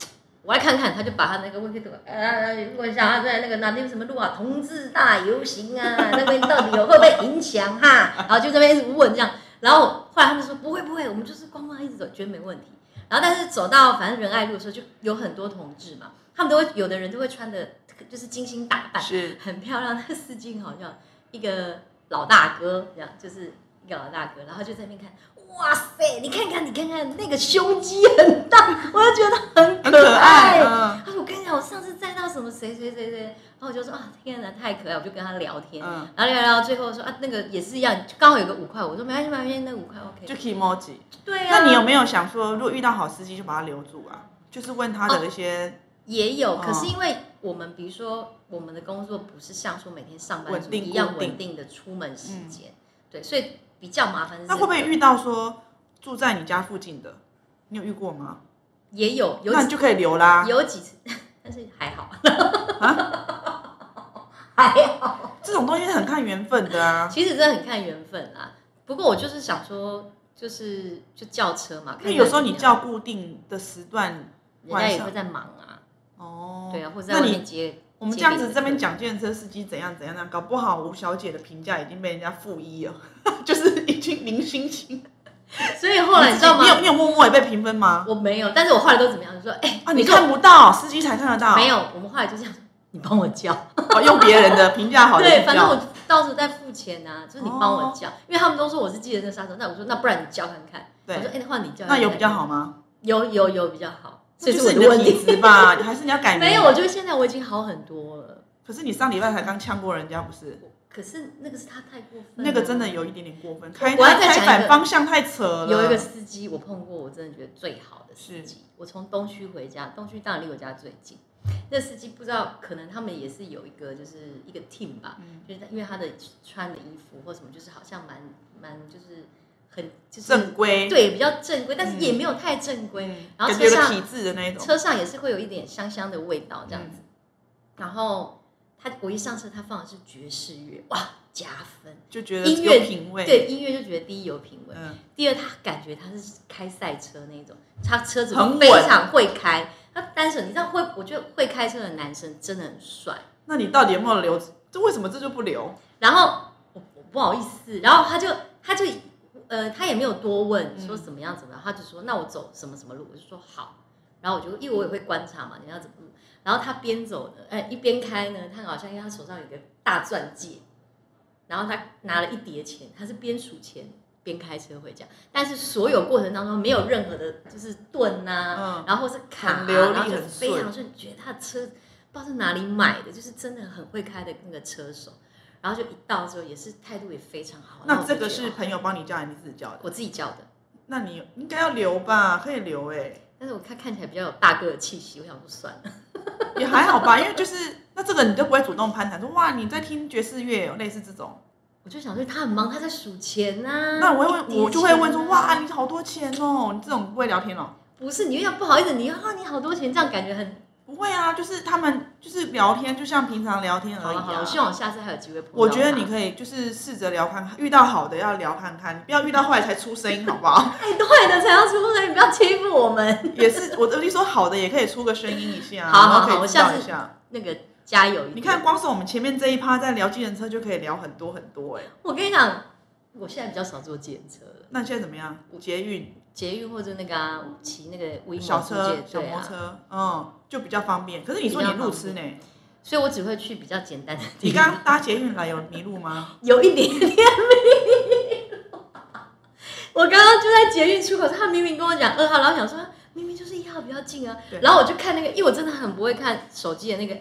[SPEAKER 3] 我来看看，他就把他那个问题呃问一下，他在那个哪边什么路啊，同志大游行啊，那边到底有会不会影响哈、然后就这边一直问这样，然后后来他们说不会不会，我们就是光光一直走，觉得没问题。然后但是走到反正仁爱路的时候，就有很多同志嘛，他们都会有的人就会穿的就是精心打扮，
[SPEAKER 2] 是
[SPEAKER 3] 很漂亮。 那司机好像一个老大哥这样，就是一个老大哥，然后就在那边看，哇塞，你看看你看看那个胸肌很大，我就觉得很
[SPEAKER 2] 很
[SPEAKER 3] 可
[SPEAKER 2] 可爱。。
[SPEAKER 3] 爱
[SPEAKER 2] 嗯
[SPEAKER 3] 他说我跟你讲，我上次载到什么谁谁谁谁，然后我就说啊天哪太可爱，我就跟他聊天。
[SPEAKER 2] 嗯，
[SPEAKER 3] 然后聊聊，最后说啊，那个也是一样，刚好有个五块，我说没关系，没关系，那五块 OK。
[SPEAKER 2] 就 emoji。
[SPEAKER 3] 对啊，
[SPEAKER 2] 那你有没有想说，如果遇到好司机就把他留住啊？就是问他
[SPEAKER 3] 哦
[SPEAKER 2] 的一些
[SPEAKER 3] 也有，可是
[SPEAKER 2] 哦
[SPEAKER 3] 因为我们比如说我们的工作不是像说每天上班
[SPEAKER 2] 稳
[SPEAKER 3] 族
[SPEAKER 2] 定
[SPEAKER 3] 一样
[SPEAKER 2] 固定嗯
[SPEAKER 3] 稳定的出门时间，对，所以比较麻烦是这个。
[SPEAKER 2] 那会不会遇到说住在你家附近的？你有遇过吗？
[SPEAKER 3] 也有有
[SPEAKER 2] 那啊
[SPEAKER 3] 几
[SPEAKER 2] 你就可以留啦。
[SPEAKER 3] 有几次， 但是还好，还好。
[SPEAKER 2] 这种东西很看缘分的啊。
[SPEAKER 3] 其实真的很看缘分啦。不过我就是想说，就是就叫车嘛，
[SPEAKER 2] 因
[SPEAKER 3] 看
[SPEAKER 2] 为有时候你
[SPEAKER 3] 人怎么
[SPEAKER 2] 叫固定的时段，
[SPEAKER 3] 样，人家
[SPEAKER 2] 晚
[SPEAKER 3] 也
[SPEAKER 2] 上
[SPEAKER 3] 会在忙啊，
[SPEAKER 2] 哦，
[SPEAKER 3] 对啊，或者在
[SPEAKER 2] 那
[SPEAKER 3] 外
[SPEAKER 2] 你
[SPEAKER 3] 面接。
[SPEAKER 2] 我们这样子这边讲健车司机怎样怎样怎样，搞不好吴小姐的评价已经被人家负一 了，就是已经零星星。
[SPEAKER 3] 所以后来你知道吗
[SPEAKER 2] 你？有你有默默也被评分吗？
[SPEAKER 3] 我没有，但是我后来都怎么样？就说哎、
[SPEAKER 2] 啊，
[SPEAKER 3] 你
[SPEAKER 2] 你
[SPEAKER 3] 说
[SPEAKER 2] 看不到，司机才看得到。
[SPEAKER 3] 没，有，我们后来 就这样，你帮我叫。
[SPEAKER 2] 哦，用别人的评价好的 哦
[SPEAKER 3] 对，
[SPEAKER 2] 评
[SPEAKER 3] 反正
[SPEAKER 2] 价。
[SPEAKER 3] 我到时候再付钱啊，就是你帮我叫，因为他们都说我是计程车杀手，那我说那不然你叫看看。我说
[SPEAKER 2] 对，
[SPEAKER 3] 哎，那换你叫看
[SPEAKER 2] 那
[SPEAKER 3] 看。
[SPEAKER 2] 有比较好吗？
[SPEAKER 3] 有？有有比较好，
[SPEAKER 2] 这
[SPEAKER 3] 这
[SPEAKER 2] 就是
[SPEAKER 3] 我
[SPEAKER 2] 是你的
[SPEAKER 3] 问
[SPEAKER 2] 体
[SPEAKER 3] 题。
[SPEAKER 2] 质吧？ 还是你要改名？
[SPEAKER 3] 没有，我觉得现在我已经好很多了。
[SPEAKER 2] 可是你上礼拜才刚呛过人家，不是？
[SPEAKER 3] 可是那个是他太过分
[SPEAKER 2] 那
[SPEAKER 3] 了，
[SPEAKER 2] 个真的有一点点过分，开
[SPEAKER 3] 我要再讲一
[SPEAKER 2] 开
[SPEAKER 3] 个
[SPEAKER 2] 反方向太扯了。
[SPEAKER 3] 有一个司机我碰过，我真的觉得最好的司机
[SPEAKER 2] 是，
[SPEAKER 3] 我从东区回家，东区当然离我家最近，那司机不知道，可能他们也是有一个就是一个 team 吧，
[SPEAKER 2] 嗯
[SPEAKER 3] 就是因为他的穿的衣服或什么，就是好像蛮蛮就是很就是
[SPEAKER 2] 正规，
[SPEAKER 3] 对比较正规，但是也没有太正规。
[SPEAKER 2] 嗯，
[SPEAKER 3] 然后
[SPEAKER 2] 感觉有嗯
[SPEAKER 3] 车上
[SPEAKER 2] 体制的那一种，
[SPEAKER 3] 车上也是会有一点香香的味道这样子。然后他我一上车，他放的是爵士乐，哇，加分！
[SPEAKER 2] 就觉得
[SPEAKER 3] 音乐
[SPEAKER 2] 有品味，，
[SPEAKER 3] 对音乐就觉得第一有品味，
[SPEAKER 2] 嗯，
[SPEAKER 3] 第二他感觉他是开赛车那种，他车子
[SPEAKER 2] 很稳
[SPEAKER 3] 非常会开。他单手，你知道会，我觉得会开车的男生真的很帅。
[SPEAKER 2] 那你到底有没有留？这为什么这就不留？
[SPEAKER 3] 然后我我不好意思，然后他就他就呃他也没有多问说怎么样怎么样，他就说那我走什么什么路，我就说好，然后我就因为我也会观察嘛，你要怎么路，然后他边走呢，呃一边开呢，他好像因为他手上有一个大钻戒，然后他拿了一叠钱，他是边数钱。边开车回家，但是所有过程当中没有任何的，就是顿呐、
[SPEAKER 2] 嗯
[SPEAKER 3] 然后或是卡、啊，
[SPEAKER 2] 很流利
[SPEAKER 3] 然后就
[SPEAKER 2] 很
[SPEAKER 3] 非
[SPEAKER 2] 顺
[SPEAKER 3] 常顺，觉得他的车不知道是哪里买的，就是真的很会开的那个车手。然后就一到之后也是态度也非常好。然
[SPEAKER 2] 那
[SPEAKER 3] 后我就
[SPEAKER 2] 这个
[SPEAKER 3] 觉得
[SPEAKER 2] 是
[SPEAKER 3] 哦
[SPEAKER 2] 朋友帮你叫，还是你自己叫的？
[SPEAKER 3] 我自己叫的，
[SPEAKER 2] 那你应该要留吧，可以留哎、
[SPEAKER 3] 但是我看看起来比较有大哥的气息，我想说算了。
[SPEAKER 2] 也还好吧，因为就是那这个你就不会主动攀谈说哇你在听爵士乐、哦，类似这种，
[SPEAKER 3] 我就想说他很忙，他在数钱啊呐、
[SPEAKER 2] 那我会
[SPEAKER 3] 一叠
[SPEAKER 2] 问，我就会问说
[SPEAKER 3] 钱啊
[SPEAKER 2] 哇你好多钱哦，你这种不会聊天哦。
[SPEAKER 3] 不是你又要不好意思，你又啊你好多钱，这样感觉很
[SPEAKER 2] 不会啊，就是他们就是聊天，就像平常聊天
[SPEAKER 3] 好
[SPEAKER 2] 而已、
[SPEAKER 3] 了好了。
[SPEAKER 2] 啊
[SPEAKER 3] 我。希望我下次还有机会碰到
[SPEAKER 2] 我觉得
[SPEAKER 3] 他
[SPEAKER 2] 你可以就是试着聊看看，遇到好的要聊看看，你不要遇到坏才出声音好不 好？
[SPEAKER 3] 哎对的才要出声，你不要欺负我们。
[SPEAKER 2] 也是，我的意思说好的也可以出个声音一下，
[SPEAKER 3] 好好
[SPEAKER 2] 然后
[SPEAKER 3] 好
[SPEAKER 2] 可
[SPEAKER 3] 我
[SPEAKER 2] 以知道
[SPEAKER 3] 下
[SPEAKER 2] 一
[SPEAKER 3] 次
[SPEAKER 2] 下。
[SPEAKER 3] 那个加油一点！
[SPEAKER 2] 你看，，光是我们前面这一趴在聊计程车就可以聊很多很多哎、
[SPEAKER 3] 我跟你讲，我现在比较少坐计程车了，
[SPEAKER 2] 那现在怎么样？捷运、
[SPEAKER 3] 捷运或者那个啊骑那个微
[SPEAKER 2] 小
[SPEAKER 3] 租
[SPEAKER 2] 车
[SPEAKER 3] 借、
[SPEAKER 2] 小
[SPEAKER 3] 对
[SPEAKER 2] 摩
[SPEAKER 3] 啊
[SPEAKER 2] 托车，嗯，就比较方便。可是你说你路痴呢？
[SPEAKER 3] 所以我只会去比较简单的地
[SPEAKER 2] 你
[SPEAKER 3] 方。
[SPEAKER 2] 刚刚搭捷运来有迷路吗？
[SPEAKER 3] 有一点点迷路我刚刚就在捷运出口，他明明跟我讲二号，然后我想说明明就是一号比较近啊
[SPEAKER 2] 对，
[SPEAKER 3] 然后我就看那个，因为我真的很不会看手机的那个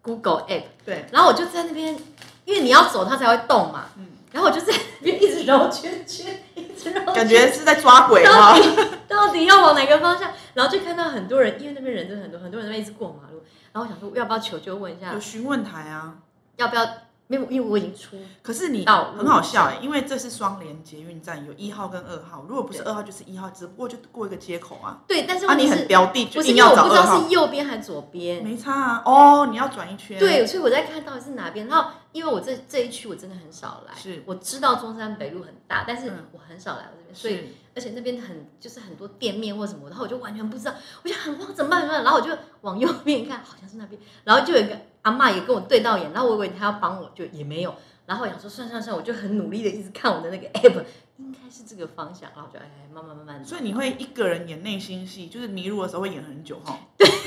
[SPEAKER 3] Google App，
[SPEAKER 2] 对，
[SPEAKER 3] 然后我就在那边，因为你要走它才会动嘛，
[SPEAKER 2] 嗯
[SPEAKER 3] 然后我就在那边一直绕圈圈，一直绕圈圈，
[SPEAKER 2] 感觉是在抓鬼
[SPEAKER 3] 到
[SPEAKER 2] 哈。
[SPEAKER 3] 底到底要往哪个方向？然后就看到很多人，因为那边人真的很多，很多人在那边一直过马路，然后我想说要不要求救问一下
[SPEAKER 2] 有，询问台啊，
[SPEAKER 3] 要不要？没有，因为我已经出
[SPEAKER 2] 可是你
[SPEAKER 3] 道路
[SPEAKER 2] 很好笑哎、因为这是双联捷运站，有一号跟二号。如果不是
[SPEAKER 3] 对
[SPEAKER 2] 二号就是一号，只不过就过一个街口啊。
[SPEAKER 3] 对，但是
[SPEAKER 2] 啊，
[SPEAKER 3] 问题
[SPEAKER 2] 你
[SPEAKER 3] 是
[SPEAKER 2] 很标定，就
[SPEAKER 3] 不是
[SPEAKER 2] 硬
[SPEAKER 3] 因为
[SPEAKER 2] 要
[SPEAKER 3] 我
[SPEAKER 2] 找
[SPEAKER 3] 不知
[SPEAKER 2] 二
[SPEAKER 3] 道
[SPEAKER 2] 号，
[SPEAKER 3] 是右边还是左边，
[SPEAKER 2] 没差啊。哦，你要转一圈。，
[SPEAKER 3] 对，所以我在看到底是哪边。然后因为我这这一区我真的很少来，
[SPEAKER 2] 是
[SPEAKER 3] 我知道中山北路很大，但是
[SPEAKER 2] 嗯
[SPEAKER 3] 我很少来我这边，所以
[SPEAKER 2] 是
[SPEAKER 3] 而且那边很就是很多店面或什么，然后我就完全不知道，我就很慌，怎么办？怎么办？然后我就往右边看，好像是那边，然后就有一个阿嬷也跟我对到眼，然后我以为她要帮我，就也没有。然后我想说算算算，我就很努力的一直看我的那个 app，应该是这个方向，然后我就哎慢慢慢慢地
[SPEAKER 2] 所以你会一个人演内心戏，就是迷路的时候会演很久哈。对。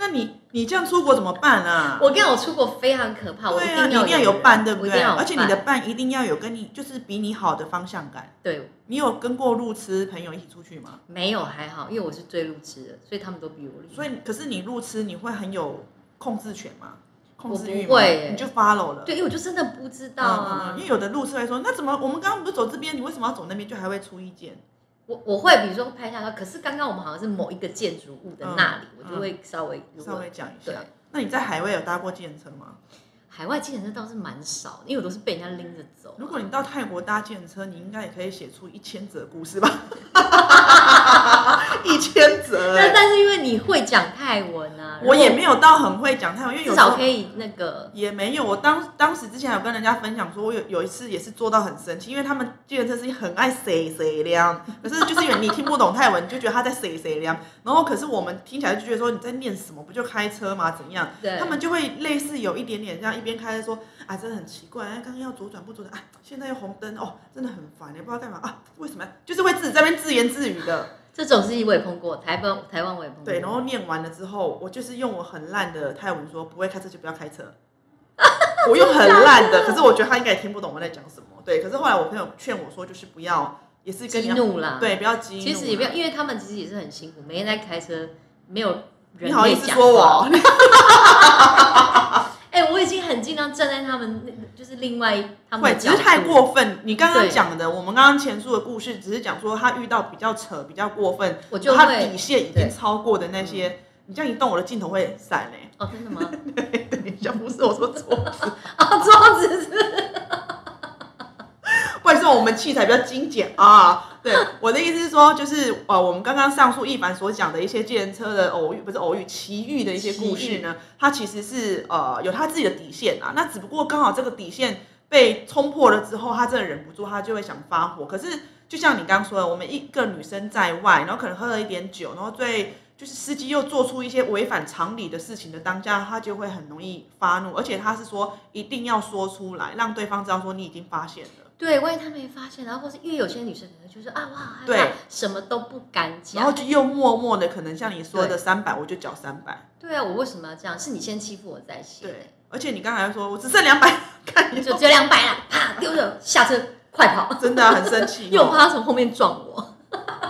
[SPEAKER 2] 那你你这样出国怎么办啊？
[SPEAKER 3] 我跟你讲，我出国非常可怕，我一
[SPEAKER 2] 对啊，
[SPEAKER 3] 定
[SPEAKER 2] 你一
[SPEAKER 3] 要
[SPEAKER 2] 定要有
[SPEAKER 3] 人
[SPEAKER 2] 伴，对不
[SPEAKER 3] 我一
[SPEAKER 2] 对？
[SPEAKER 3] 定要有
[SPEAKER 2] 而且你的
[SPEAKER 3] 伴
[SPEAKER 2] 伴一定要有跟你就是比你好的方向感。
[SPEAKER 3] 对
[SPEAKER 2] 你有跟过路痴朋友一起出去吗？
[SPEAKER 3] 没有还好，因为我是最路痴的，所以他们都比我厉害。
[SPEAKER 2] 所以可是你路痴，你会很有控制权吗？控制欲
[SPEAKER 3] 我
[SPEAKER 2] 吗？
[SPEAKER 3] 不会耶
[SPEAKER 2] 你就 follow 了。
[SPEAKER 3] 对，因为我就真的不知道
[SPEAKER 2] 嗯，嗯
[SPEAKER 3] 啊。
[SPEAKER 2] 嗯因为有的路痴会说，那怎么我们刚刚不是走这边，你为什么要走那边？就还会出意见。
[SPEAKER 3] 我我会比如说拍下来，可是刚刚我们好像是某一个建筑物的那里，
[SPEAKER 2] 嗯
[SPEAKER 3] 我就会稍微如
[SPEAKER 2] 稍
[SPEAKER 3] 果
[SPEAKER 2] 微讲一
[SPEAKER 3] 啊对
[SPEAKER 2] 下。那你在海外有搭过计程车吗？
[SPEAKER 3] 海外计程车倒是蛮少的，因为我都是被人家拎着走。
[SPEAKER 2] 如果你到泰国搭计程车，你应该也可以写出一千则故 事吧？一千则、
[SPEAKER 3] 但
[SPEAKER 2] 欸，
[SPEAKER 3] 但是因为你会讲泰文啊，
[SPEAKER 2] 我也
[SPEAKER 3] 然后
[SPEAKER 2] 没有到很会讲泰文，因为有时
[SPEAKER 3] 至少
[SPEAKER 2] 候
[SPEAKER 3] 可以那个
[SPEAKER 2] 也没有。我当当时之前有跟人家分享说，我有有一次也是做到很生气，因为他们计程车司机很爱谁谁亮， 可是就是因为你听不懂泰文，你就觉得他在谁谁亮，然后可是我们听起来就觉得说你在念什么，不就开车吗？怎样？
[SPEAKER 3] 对
[SPEAKER 2] 他们就会类似有一点点这样，一边开着说啊，真的很奇怪，哎刚刚要左转不左转，哎，现在又红灯哦，真的很烦，也不知道干嘛啊，为什么？就是会自己在那边自言自语的，
[SPEAKER 3] 这种事情我也碰过，台湾台湾我也碰过。
[SPEAKER 2] 对，然后念完了之后，我就是用我很烂的泰文说，不会开车就不要开 车，我用很烂的，可是我觉得他应该也听不懂我在讲什么，对，可是后来我朋友劝我说，就是不要，也是跟
[SPEAKER 3] 激
[SPEAKER 2] 你
[SPEAKER 3] 怒啦，，
[SPEAKER 2] 对，不要激怒，
[SPEAKER 3] 其实也不要，，因为他们其实也是很辛苦，每天在开车，没有人
[SPEAKER 2] 你好
[SPEAKER 3] 可以
[SPEAKER 2] 意思
[SPEAKER 3] 讲
[SPEAKER 2] 说我
[SPEAKER 3] 话
[SPEAKER 2] 哦？
[SPEAKER 3] 哎、我已经很尽量站在他们那，就是另外一他们
[SPEAKER 2] 会，
[SPEAKER 3] 的
[SPEAKER 2] 只
[SPEAKER 3] 角度
[SPEAKER 2] 是太过分。你刚刚
[SPEAKER 3] 对
[SPEAKER 2] 讲的，我们刚刚前述的故事，只是讲说他遇到比较扯、比较过分，
[SPEAKER 3] 我就
[SPEAKER 2] 他
[SPEAKER 3] 会嗯
[SPEAKER 2] 底线已经超过的那些，你这样一动，我的镜头会欸闪嘞、
[SPEAKER 3] 哦，真的吗？
[SPEAKER 2] 对，等一下，不是我说错，
[SPEAKER 3] 哦，桌子是
[SPEAKER 2] 不然说我们器材比较精简啊。对，我的意思是说，就是呃，我们刚刚上述一凡所讲的一些计程车的偶遇，不是偶遇，奇遇的一些故事呢，它其实是呃有它自己的底线啊。那只不过刚好这个底线被冲破了之后，他真的忍不住，他就会想发火。可是就像你刚刚说的，我们一个女生在外，然后可能喝了一点酒，然后最就是司机又做出一些违反常理的事情的当下，他就会很容易发怒，而且他是说一定要说出来，让对方知道说你已经发现了。
[SPEAKER 3] 对，万一他没发现，然后或是因为有些女生可能就说啊，我好害怕
[SPEAKER 2] 对，
[SPEAKER 3] 什么都不敢讲。
[SPEAKER 2] 然后就又默默的，可能像你说的三百，我就缴三百。
[SPEAKER 3] 对啊，我为什么要这样？是你先欺负我再先，
[SPEAKER 2] 对，而且你刚才说我只剩两百， 看你
[SPEAKER 3] 就只有两百啦，啪丢了，下车快 跑，
[SPEAKER 2] 真的啊、很生气
[SPEAKER 3] 因为。我怕他从后面撞我。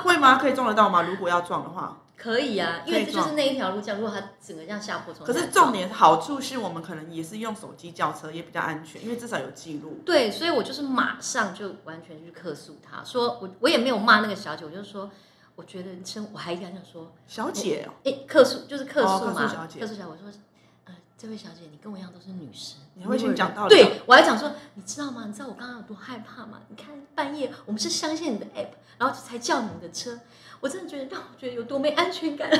[SPEAKER 2] 会吗？可以撞得到吗？如果要撞的话，
[SPEAKER 3] 可以啊，因为这
[SPEAKER 2] 可以
[SPEAKER 3] 就
[SPEAKER 2] 撞
[SPEAKER 3] 是那一条路，这样如果他整个这样下坡从，
[SPEAKER 2] 可是重点好处是我们可能也是用手机叫车，也比较安全，因为至少有记录。
[SPEAKER 3] 对，所以我就是马上就完全去客诉他，说我我也没有骂那个小姐，我就说我觉得生我还跟他说，
[SPEAKER 2] 小姐哦，
[SPEAKER 3] 哎，客诉就是客
[SPEAKER 2] 哦
[SPEAKER 3] 诉
[SPEAKER 2] 客诉
[SPEAKER 3] 嘛，
[SPEAKER 2] 小姐
[SPEAKER 3] 客诉小姐，我说呃，这位小姐，你跟我一样都是女生，
[SPEAKER 2] 你会先讲道理。，啊
[SPEAKER 3] 对，我还讲说，你知道吗？你知道我刚刚有多害怕吗？你看半夜我们是相信你的 app，然后才叫你的车，我真的觉得让我觉得有多没安全感。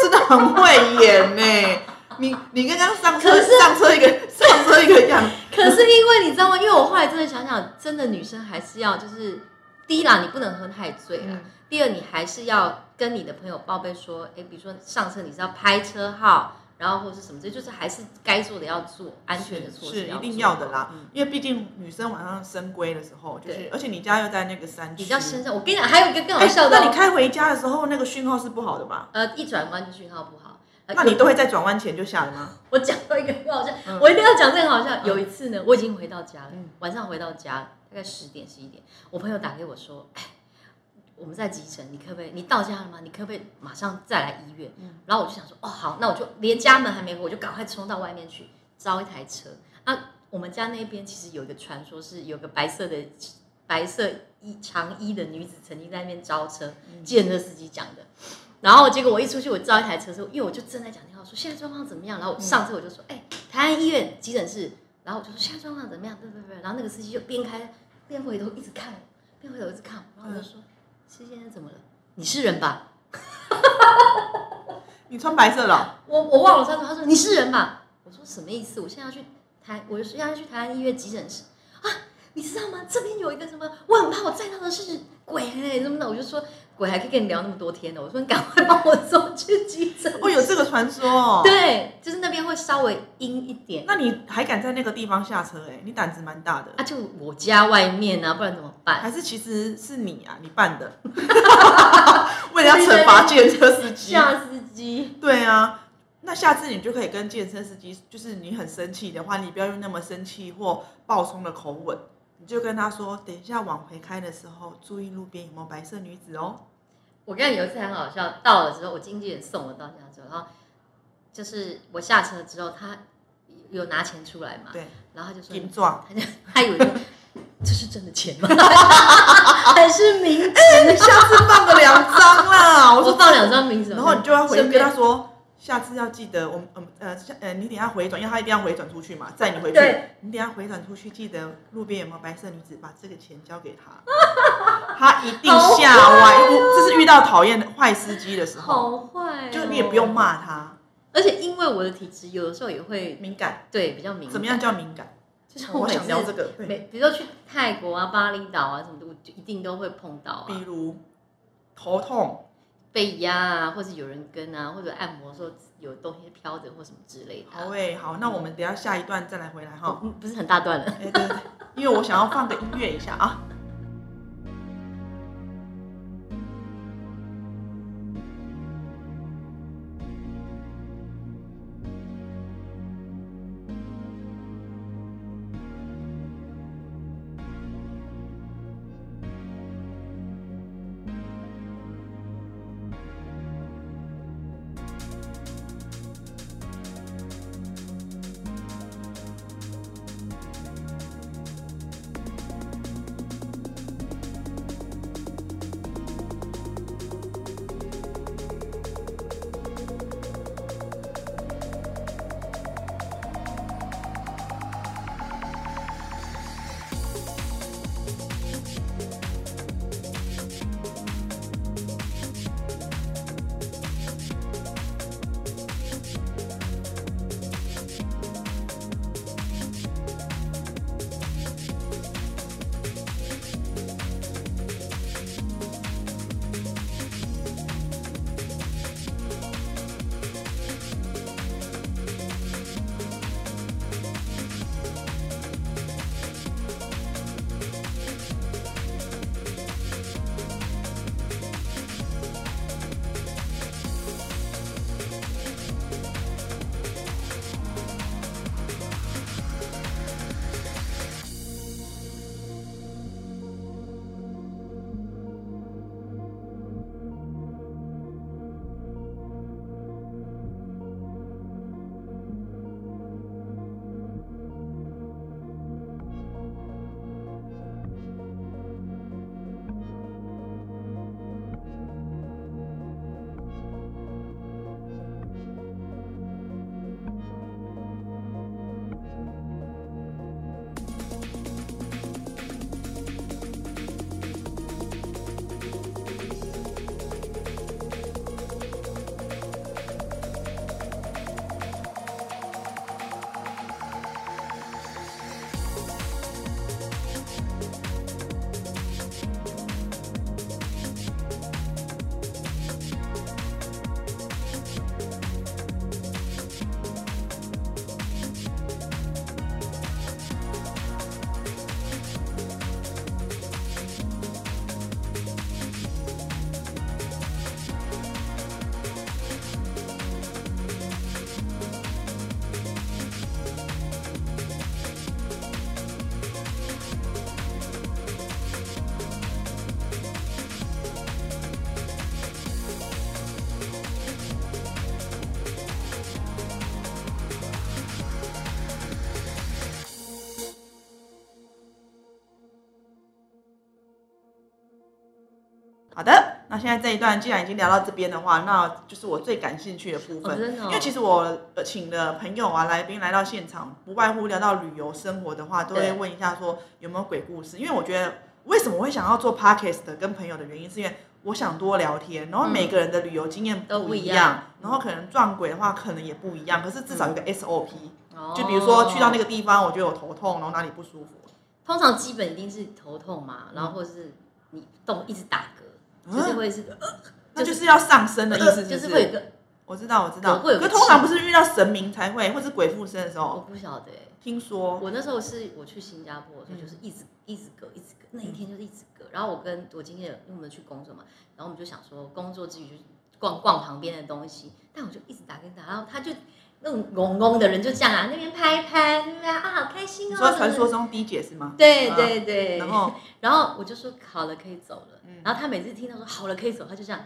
[SPEAKER 2] 真的很会演呢。你你刚刚上车
[SPEAKER 3] 可是
[SPEAKER 2] 上车一个上车一个样，
[SPEAKER 3] 可是因为你知道吗？因为我后来真的想想，真的女生还是要就是，第一啦，你不能喝太醉啦；
[SPEAKER 2] 嗯
[SPEAKER 3] 第二，你还是要跟你的朋友报备说，哎，比如说上车你是要拍车号，然后或是什么，这就是还是该做的要做，安全的措施
[SPEAKER 2] 是一
[SPEAKER 3] 做
[SPEAKER 2] 定要的啦
[SPEAKER 3] 嗯，
[SPEAKER 2] 因为毕竟女生晚上深闺的时候，就
[SPEAKER 3] 对
[SPEAKER 2] 是而且你家又在那个山区，
[SPEAKER 3] 比较深上，我跟你讲，还有一个更好
[SPEAKER 2] 哎，
[SPEAKER 3] 笑的哦、
[SPEAKER 2] 那你开回家的时候，那个讯号是不好的吧？
[SPEAKER 3] 呃，一转弯就讯号不好。呃
[SPEAKER 2] 那你都会在转弯前就下了吗？
[SPEAKER 3] 我讲到一个很好笑，
[SPEAKER 2] 嗯
[SPEAKER 3] 我一定要讲这个很好笑。有一次呢，我已经回到家了，
[SPEAKER 2] 嗯
[SPEAKER 3] 晚上回到家了，大概十点十一点，我朋友打给我说：“哎，我们在急诊，你可不可以？你到家了吗？你可不可以马上再来医院？”
[SPEAKER 2] 嗯
[SPEAKER 3] 然后我就想说：“哦，好，那我就连家门还没回，我就赶快冲到外面去招一台车。”那我们家那边其实有一个传说是有个白色的白色衣长衣的女子曾经在那边招车，计程车司机讲的。然后结果我一出去，我招一台车之后，因为我就正在讲电话，说现在状况怎么样。然后我上车我就说，哎、台安医院急诊室。然后我就说现在状况怎么样？对对对。然后那个司机就边开边回头一直看我，边回头一直看我。然后我就说，司机先生怎么了？你是人吧？
[SPEAKER 2] 你穿白色的哦、
[SPEAKER 3] 我我忘了他说，他说你是人吧？我说什么意思？我现在要去台，我就是要去台湾医院急诊室啊！你知道吗？这边有一个什么，我很怕我载到的是鬼欸什么的。我就说鬼还可以跟你聊那么多天呢。我说你赶快帮我送去急诊。
[SPEAKER 2] 哦，有这个传说哦。
[SPEAKER 3] 呃对，就是那边会稍微阴一点
[SPEAKER 2] 那你还敢在那个地方下车、哎，你胆子蛮大的。
[SPEAKER 3] 啊，就我家外面啊，不然怎么办？
[SPEAKER 2] 还是其实是你啊，你办 的，为了要惩罚建车司机。
[SPEAKER 3] 下司机。
[SPEAKER 2] 对啊，那下次你就可以跟建车司机，就是你很生气的话，你不要用那么生气或爆冲的口吻，你就跟他说，等一下往回开的时候，注意路边有没有白色女子哦。
[SPEAKER 3] 我跟你有一次很好笑，到了之后，我经纪人送我到家之后，然后就是我下车之后，他有拿钱出来嘛，
[SPEAKER 2] 对，
[SPEAKER 3] 然后他就说
[SPEAKER 2] 顶撞。
[SPEAKER 3] 他就他以为说这是真的钱 吗？还是名字？
[SPEAKER 2] 你 下次放个两张啦。我
[SPEAKER 3] 我
[SPEAKER 2] 说
[SPEAKER 3] 说放两张名字，
[SPEAKER 2] 然后你就要回
[SPEAKER 3] 顺
[SPEAKER 2] 跟
[SPEAKER 3] 便
[SPEAKER 2] 他说，下次要记得我们嗯呃下呃你等一下回转，因为他一定要回转出去嘛，载你回去
[SPEAKER 3] 对。
[SPEAKER 2] 你等一下回转出去，记得路边有没有白色女子，把这个钱交给他。 他一定吓歪，我这是遇到讨厌的坏司机的时候，
[SPEAKER 3] 好坏、哦，
[SPEAKER 2] 就你也不用。骂他，
[SPEAKER 3] 而且因为我的体质，有的时候也会
[SPEAKER 2] 敏感
[SPEAKER 3] 对比较敏感，
[SPEAKER 2] 怎么样？叫敏感？
[SPEAKER 3] 就是
[SPEAKER 2] 我
[SPEAKER 3] 每
[SPEAKER 2] 想聊这
[SPEAKER 3] 次
[SPEAKER 2] 个，对，
[SPEAKER 3] 每比如说去泰国啊、巴厘岛啊什么的，我就一定都会碰到啊。
[SPEAKER 2] 比如头痛，
[SPEAKER 3] 被压啊，或者有人跟啊，或者按摩的时候有东西飘着或什么之类的啊、
[SPEAKER 2] 好诶，好，那我们等一下下一段再来回来哈。
[SPEAKER 3] 嗯，不是很大段了。
[SPEAKER 2] 哎，对对，对因为我想要放个音乐一下啊。好的，那现在这一段既然已经聊到这边的话，那就是我最感兴趣的部
[SPEAKER 3] 哦
[SPEAKER 2] 分，
[SPEAKER 3] 真的哦
[SPEAKER 2] 因为其实我呃请的朋友啊、来宾来到现场，不外乎聊到旅游生活的话，都会
[SPEAKER 3] 对
[SPEAKER 2] 问一下说有没有鬼故事，因为我觉得为什么我会想要做 podcast 的跟朋友的原因，是因为我想多聊天，然后每个人的旅游经验
[SPEAKER 3] 都
[SPEAKER 2] 不
[SPEAKER 3] 不
[SPEAKER 2] 一
[SPEAKER 3] 一
[SPEAKER 2] 样，
[SPEAKER 3] 样嗯
[SPEAKER 2] 然后可能撞鬼的话可能也不一样，可是至少有个 SOP，、
[SPEAKER 3] 哦
[SPEAKER 2] 就比如说去到那个地方，我觉得我头痛，然后哪里不舒服，
[SPEAKER 3] 通常基本一定是头痛嘛，
[SPEAKER 2] 嗯
[SPEAKER 3] 然后或者是你动一直打嗝，哦就是会是
[SPEAKER 2] 那就是要上升啊的意思，
[SPEAKER 3] 就是是
[SPEAKER 2] 不
[SPEAKER 3] 会有一个
[SPEAKER 2] 我知道，我知道。
[SPEAKER 3] 会有
[SPEAKER 2] 可
[SPEAKER 3] 个
[SPEAKER 2] 通常不是遇到神明才会，或是鬼附身的时
[SPEAKER 3] 我
[SPEAKER 2] 候，
[SPEAKER 3] 不晓得欸
[SPEAKER 2] 听说
[SPEAKER 3] 我那时候是我去新加坡的时候，
[SPEAKER 2] 嗯
[SPEAKER 3] 就是一直一直嗝，一直嗝，那一天就是一直嗝。然后我跟我今天有因为我们去工作嘛，然后我们就想说工作之余就是逛逛旁边的东西，但我就一直打跟打，然后他就那种嗡嗡的人就这样啊，那边拍一拍，那边啊好开心
[SPEAKER 2] 你
[SPEAKER 3] 哦，
[SPEAKER 2] 说
[SPEAKER 3] 什么
[SPEAKER 2] 传说
[SPEAKER 3] 的
[SPEAKER 2] 中 D 姐是吗？
[SPEAKER 3] 对
[SPEAKER 2] 啊
[SPEAKER 3] 对对，
[SPEAKER 2] 然后
[SPEAKER 3] 然后我就说好了可以走了，
[SPEAKER 2] 嗯
[SPEAKER 3] 然后他每次听到说好了可以走，他就这样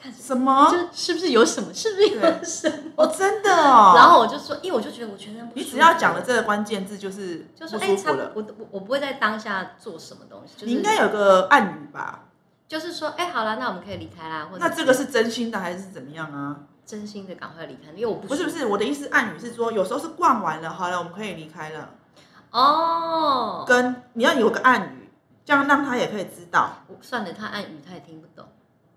[SPEAKER 3] 看着
[SPEAKER 2] 什么？
[SPEAKER 3] 就是不是有什么，是不是有 什么？
[SPEAKER 2] 哦，真的哦。
[SPEAKER 3] 然后我就说，因为我就觉得我全身不舒服
[SPEAKER 2] 你只要讲了这个关键字，就是
[SPEAKER 3] 就
[SPEAKER 2] 不
[SPEAKER 3] 说哎，
[SPEAKER 2] 舒
[SPEAKER 3] 差
[SPEAKER 2] 服
[SPEAKER 3] 不多
[SPEAKER 2] 了。
[SPEAKER 3] 我我我不会在当下做什么东西，就是
[SPEAKER 2] 你应该有个暗语吧？
[SPEAKER 3] 就是说，哎、好了，那我们可以离开啦，或者
[SPEAKER 2] 那这个是真心的还是怎么样啊？
[SPEAKER 3] 真心的赶快离开，因为我不
[SPEAKER 2] 不是不是，我的意思暗语是说，有时候是逛完了，好了，我们可以离开了。
[SPEAKER 3] 哦，
[SPEAKER 2] 跟你要有个暗语，这样让他也可以知道，
[SPEAKER 3] 我算了，他暗语他也听不懂，
[SPEAKER 2] 哦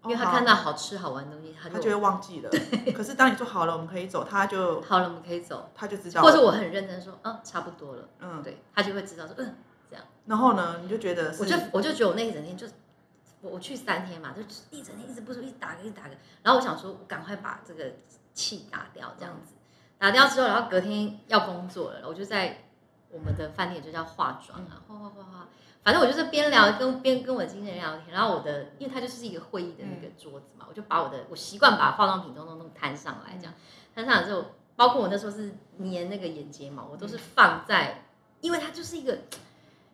[SPEAKER 3] 因为他
[SPEAKER 2] 好
[SPEAKER 3] 看到好吃好玩的东西，他就
[SPEAKER 2] 他就会忘记 了。可是当你说好了，我们可以走，他就
[SPEAKER 3] 好了，我们可以走，
[SPEAKER 2] 他就知道了。
[SPEAKER 3] 或者我很认真说，嗯，差不多了，
[SPEAKER 2] 嗯，
[SPEAKER 3] 对他就会知道说，嗯，
[SPEAKER 2] 然后呢，你就觉得是
[SPEAKER 3] 我就我就觉得我那一整天就是。我我去三天嘛，就一整天一直不舒服，一直打嗝，一直打嗝。然后我想说，我赶快把这个气打掉，这样子打掉之后，然后隔天要工作了，我就在我们的饭店就叫化妆啊，化化化化。反正我就是边聊跟边跟我经纪人聊天，然后我的因为他就是一个会议的那个桌子嘛，我就把我的我习惯把化妆品通通都摊上来，这样摊上来之后，包括我那时候是粘那个眼睫毛，我都是放在，因为它就是一个